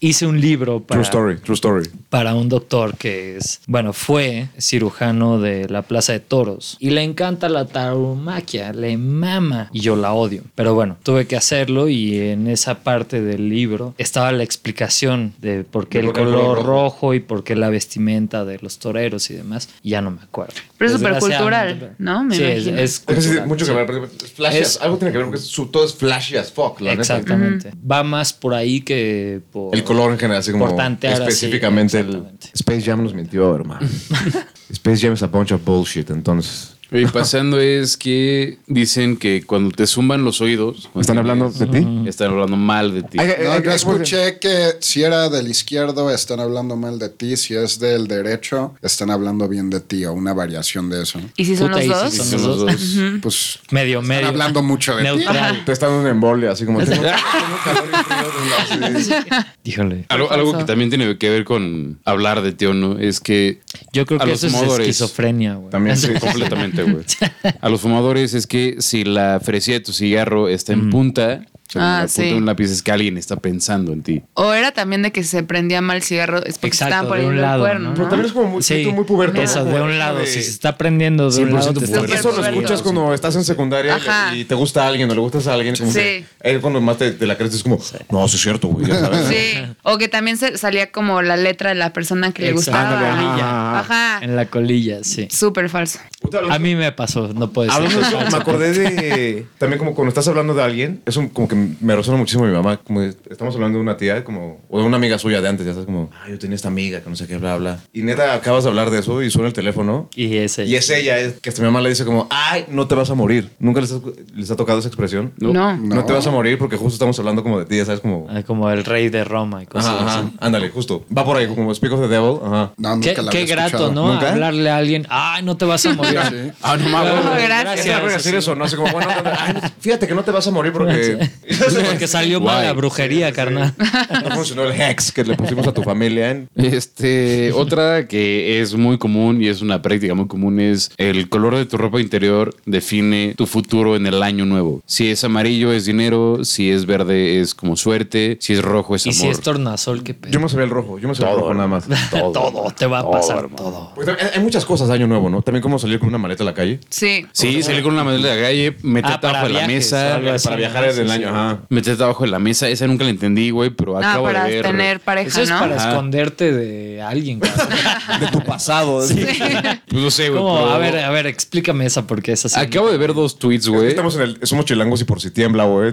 D: hice un libro para,
A: True story, true story.
D: para un doctor que es, bueno, fue cirujano de la Plaza de Toros y le encanta la tauromaquia, le mama y yo la odio. Pero bueno, tuve que hacerlo y en esa parte del libro estaba la explicación de por qué
A: De
D: el
A: por qué el
D: color
A: color rojo.
D: rojo. y por qué la vestimenta de los toreros y demás. Y ya no me acuerdo.
E: Pero es súper
D: Desgraciadamente,
E: cultural,
D: pero-
E: ¿no? Me
D: sí, es,
E: imagino.
D: es
A: Es que sí,
D: cultural,
A: mucho
D: sí.
A: que ver. porque es flashy as-
D: Es-
A: algo tiene que ver porque su todo es flashy as fuck, la neta.
D: Exactamente. Va más por ahí que por.
A: El color en general, así como
D: Importante ahora sí,
A: específicamente el...
D: exactamente.
A: Space Jam nos mintió, hermano. Space Jam es a bunch of bullshit, entonces...
B: Y pasando es que dicen que cuando te zumban los oídos.
A: ¿Están hablando de ti?
B: Están hablando mal de ti.
A: Ay, ay,
C: No,
A: ay,
C: yo
A: ay,
C: Eh, escuché que si era del izquierdo están hablando mal de ti, si es del derecho están hablando bien de ti o una variación de eso.
E: ¿Y si son
D: Puta,
E: los
D: y si
E: dos?
D: son-
B: Dicen los dos.
C: Pues
D: Medio, medio.
C: hablando mucho de ti.
D: Neutral.
A: Te están dando una embolia, así como. tengo-
D: Híjole.
B: Algo, algo que también tiene que ver con hablar de ti o no es que.
D: Yo creo
B: a
D: que
B: los
D: eso es
B: fumadores-
D: esquizofrenia, güey.
A: También sí.
B: Completamente, güey. A los fumadores es que si la fresilla de tu cigarro está
D: Mm.
B: en punta, o sea,
E: Ah,
B: la punta
E: sí.
B: de un lápiz es que alguien está pensando en ti.
E: O era también de que se prendía mal el cigarro, es porque
D: Exacto,
E: estaban
D: de un
E: poniendo el
D: lado,
E: cuerno.
D: ¿no?
A: Pero
E: ¿no?
A: también es como muy, siento muy puberto.
D: Eso,
A: ¿no?
D: de
A: Como
D: un
A: eso
D: lado.
A: de-
D: Si se está prendiendo de un lado,
B: 100%
D: te
B: puberto.
D: estás-
A: Eso lo escuchas cuando estás en secundaria y le-
E: Ajá.
A: y te gusta alguien o le gustas a alguien. Como
E: Sí.
A: que es cuando más te, te la crees. Es como, no, sí es cierto, güey. ya sabes.
E: Sí. O que también se- salía como la letra de la persona que le
D: Exacto.
E: gustaba.
D: Ándale,
A: ajá.
E: Ajá.
D: En la colilla, sí.
E: Súper falso.
A: Puta,
D: A mí me pasó, no puede ser.
A: Hablando de eso, me acordé de. También, como cuando estás hablando de alguien, es un- como que me resuena muchísimo mi mamá. Como de- estamos hablando de una tía, como. O de una amiga suya de antes, ya sabes, como. Ah, yo tenía esta amiga que no sé qué, bla, bla. Y neta, acabas de hablar de eso y suena el teléfono.
D: Y ese.
A: Y es ella, es que hasta mi mamá le dice, como, ay, no te vas a morir. ¿Nunca les, has- les ha tocado esa expresión?
E: No.
A: No. te vas a morir porque justo estamos hablando como de ti, ya sabes, como.
D: Ah, Como el rey de Roma y cosas
A: Ajá, ajá,
D: así.
A: ándale, justo. Va por ahí, como Speak of the Devil. Ajá.
C: No, nunca
D: Qué,
C: la
D: qué
C: había
D: grato,
C: escuchado.
D: ¿no?
A: ¿Nunca?
D: Hablarle a alguien, ay, no te vas a morir.
C: Sí.
B: Ah, no
E: No,
B: mames.
E: gracias.
A: Siempre voy a decir eso, ¿no? Así como, bueno, ay, no, fíjate que no te vas a morir porque.
D: Porque salió mal la
B: Guay.
D: brujería, carnal.
A: No funcionó el hex que le pusimos a tu familia. En...
B: Este, otra que es muy común y es una práctica muy común es el color de tu ropa interior define tu futuro en el año nuevo. Si es amarillo es dinero, si es verde es como suerte, si es rojo es
D: Y
B: amor.
D: si es tornasol, qué pedo.
A: Yo me sabía el rojo, yo me sabía el rojo nada más.
D: Todo, te va a pasar
B: hermano.
D: todo.
A: Pues, hay hay muchas cosas de año nuevo, ¿no? También como salir con una maleta a la calle.
E: Sí.
B: Sí, salir con una maleta de la calle, meterte
D: Ah, para
B: abajo de la
D: viajes, o
B: mesa.
D: algo así.
A: Para viajar es del año, ajá.
B: Meterte abajo de la mesa, esa nunca la entendí, güey, pero
E: Ah,
B: acabo
E: para
B: de ver.
E: tener pareja,
D: Eso es
E: ¿no?
D: para
B: Ajá.
D: esconderte de alguien, carnal.
A: De tu pasado.
B: Pues no sé, güey.
D: ¿Cómo?
B: pero
D: A ver, a ver, explícame esa porque es así.
B: Acabo de ver dos tweets, güey.
A: Estamos en el, somos chilangos y por si tiembla, güey.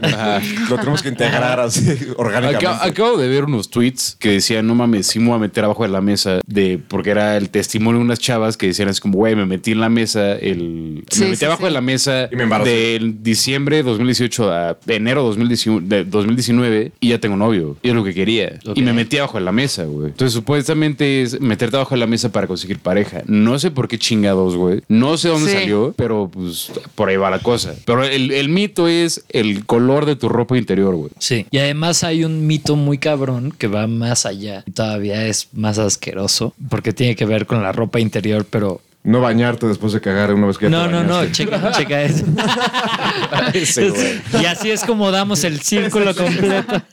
A: Lo tenemos que integrar así, orgánicamente.
B: Acab- acabo de ver unos tweets que decían, no mames, sí me voy a meter abajo de la mesa, de porque era el testimonio de unas chavas que decían, es como, güey, me metí en la mesa, el,
E: Sí,
B: me metí
E: sí,
B: abajo
E: sí.
B: de la mesa
A: Y me embaracé.
B: del diciembre 2018 a enero 2019, de 2019 y ya tengo novio, y es lo que quería.
D: Ok.
B: Y me metí abajo de la mesa, güey. Entonces, supuestamente es meterte abajo de la mesa para conseguir pareja. No sé por qué chingados, güey. No sé dónde
E: Sí.
B: salió, pero pues por ahí va la cosa. Pero el, el mito es el color de tu ropa interior, güey.
D: Sí. Y además hay un mito muy cabrón que va más allá y todavía es más asqueroso porque tiene que ver con la ropa interior, pero.
A: No bañarte después de cagar una vez que ya te
D: No, no, no,
A: bañaste.
D: checa, checa eso.
B: Ese, güey.
D: y así es como damos el círculo completo.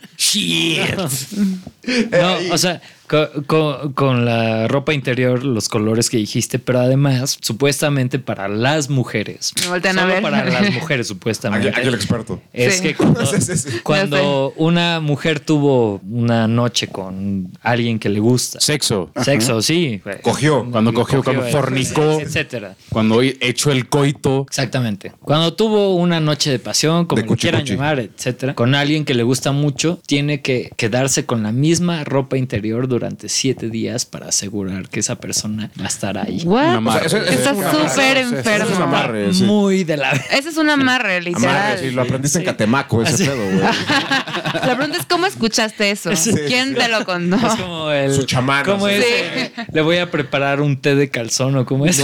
D: No, o sea, co- co- con, la ropa interior, los colores que dijiste, pero además, supuestamente para las mujeres.
E: Me voltean a
D: solo
E: ver.
D: para las mujeres,
A: Aquí,
D: supuestamente.
A: aquí el experto.
D: Es
E: Sí.
D: que cuando,
A: Sí, sí, sí.
D: cuando una mujer tuvo una noche con alguien que le gusta,
B: Sexo.
D: sexo, sí.
A: Cogió.
B: Cuando cogió, cuando
D: eh,
B: fornicó,
D: etcétera.
B: cuando echó el coito.
D: Exactamente. Cuando tuvo una noche de pasión, como
A: De
D: le
A: cuchi
D: quieran
A: cuchi.
D: llamar, etcétera, con alguien que le gusta mucho, tiene que quedarse con la misma ropa interior durante siete días para asegurar que esa persona va a estar ahí.
E: What?
B: Un amarre. O sea, eso- eso
E: Estás
A: es un amarre.
E: súper
A: Eso es un
E: enfermo.
A: amarre. Arre, sí.
D: Muy de la.
E: Ese es un amarre, literal.
A: Amarre, sí, lo aprendiste en Catemaco ese
D: Así.
A: pedo, güey.
E: La pregunta es cómo escuchaste eso.
D: Sí,
E: ¿Quién te lo contó?
D: Es como el.
A: Su chamán,
D: ¿Cómo
A: así.
D: es?
E: Sí.
D: Eh, Le voy a preparar un té de calzón o cómo es.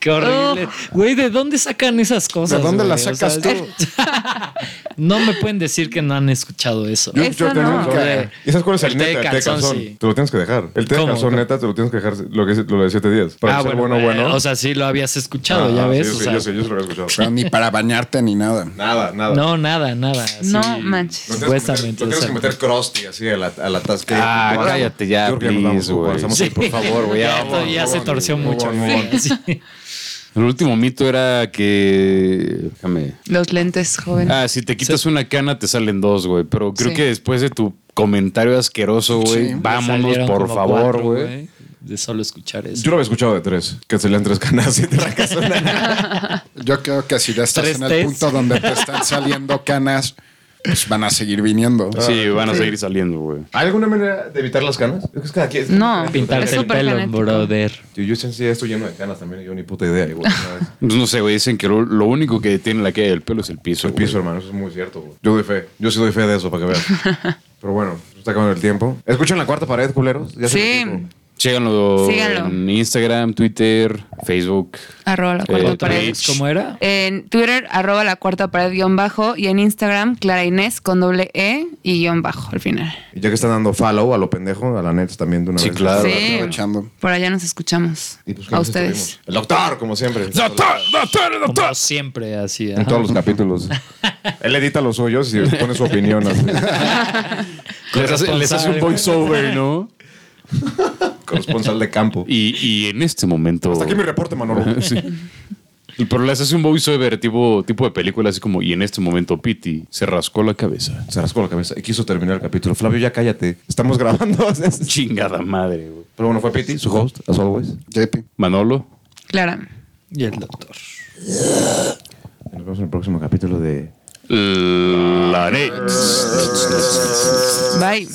D: Qué horrible. Güey, ¿de dónde sacan esas cosas?
C: ¿De dónde
D: güey?
C: las
D: O sea,
C: sacas tú?
D: no me pueden decir que no han escuchado eso.
A: Yo,
E: Eso
A: yo tengo
E: no.
A: un problema. ¿Y sabes cuál es el,
D: El té
A: neta?
D: de
A: el té de
D: calzón,
A: calzón.
D: sí.
A: Te lo tienes que dejar. El té de
D: ¿Cómo?
A: calzón, neta, te lo tienes que dejar lo, que es, lo de 7 días. Para ser bueno,
D: eh,
A: bueno.
D: O sea, sí lo habías escuchado, ya
A: Ajá,
D: ves.
A: sí, yo,
D: o
A: sé,
D: sea,
A: yo sé, yo se lo había escuchado.
C: Pero ni para bañarte ni nada.
A: Nada, nada.
D: no, nada, nada.
E: No
D: sí.
E: manches.
A: Lo tienes que meter-
D: Supuestamente,
A: Lo
D: o
A: tienes
D: sea.
A: que meter crusty así a la, a la tasca.
B: Ah,
A: Yo creo que
B: cállate ya,
A: nos vamos,
B: please, güey.
A: avanzamos,
B: Sí.
A: Por favor, güey.
D: Ya,
A: vamos,
D: ya se
A: vamos,
D: torció
A: vamos,
D: mucho.
A: vamos, vamos.
D: Sí.
B: El último mito era que. Déjame.
E: Los lentes, joven.
B: Ah, si te quitas una cana, te salen dos, güey. Pero creo
E: Sí.
B: que después de tu comentario asqueroso, güey,
C: Sí.
B: vámonos,
D: Salieron
B: por
D: como
B: favor,
D: cuatro,
B: güey.
D: De solo escuchar eso.
A: Yo lo había escuchado de tres, que se le han tres canas y te la
C: Yo creo que si ya estás
D: Tres
C: en el
D: tes.
C: punto donde te están saliendo canas, pues van a seguir viniendo.
B: Ah, Sí, van a seguir saliendo, güey.
A: ¿Hay alguna manera de evitar las canas? Es que cada quien-
E: No. Es
D: Pintarse el
E: súper
D: pelo,
E: genético.
D: brother.
A: Yo, yo sentía esto lleno de canas también. Yo ni puta idea. Igual, ¿sabes?
B: Pues no sé, güey. Dicen que lo, lo único que tiene la caída del pelo es el piso.
A: el piso, hermano. Eso es muy cierto. güey. Yo doy fe. Yo sí doy fe de eso para que vean. Pero bueno, se está acabando el tiempo. Escuchen la cuarta pared, culeros. Ya se
E: Sí.
A: los digo.
B: Síganlo,
E: Síganlo.
B: en Instagram, Twitter, Facebook.
E: Arroba la
B: Eh,
E: cuarta pared.
B: Twitch.
D: ¿Cómo era?
E: En Twitter, arroba la cuarta pared guión bajo. Y en Instagram, Clara Inés con doble E y guión bajo al final.
A: Y ya que están dando follow a lo pendejo, a la net también de una
B: Sí,
A: vez.
B: claro.
E: Sí.
C: aprovechando.
E: Por allá nos escuchamos.
A: Y pues, ¿qué
E: a
A: más
E: ustedes.
A: estuvimos? El doctor, como siempre.
B: ¡Doctor! ¡Doctor! ¡Doctor!
D: Como siempre, así.
A: En
D: ajá.
A: todos los capítulos. Él edita los suyos y pone su opinión. así.
B: Les hace, les hace un voiceover, ¿no?
A: Corresponsal de campo.
B: Y, y en este momento.
A: Hasta aquí mi reporte, Manolo.
B: Sí. Y Pero les hace un voiceover tipo, tipo de película, así como, y en este momento Piti se rascó la cabeza.
A: Se rascó la cabeza y quiso terminar el capítulo. Flavio, ya cállate. Estamos grabando.
B: Chingada madre, güey.
A: Pero bueno, fue Piti, su host, as always.
C: JP.
B: Manolo.
E: Clara.
D: Y el doctor.
A: Y Nos vemos en el próximo capítulo de...
B: La Nets.
E: Bye.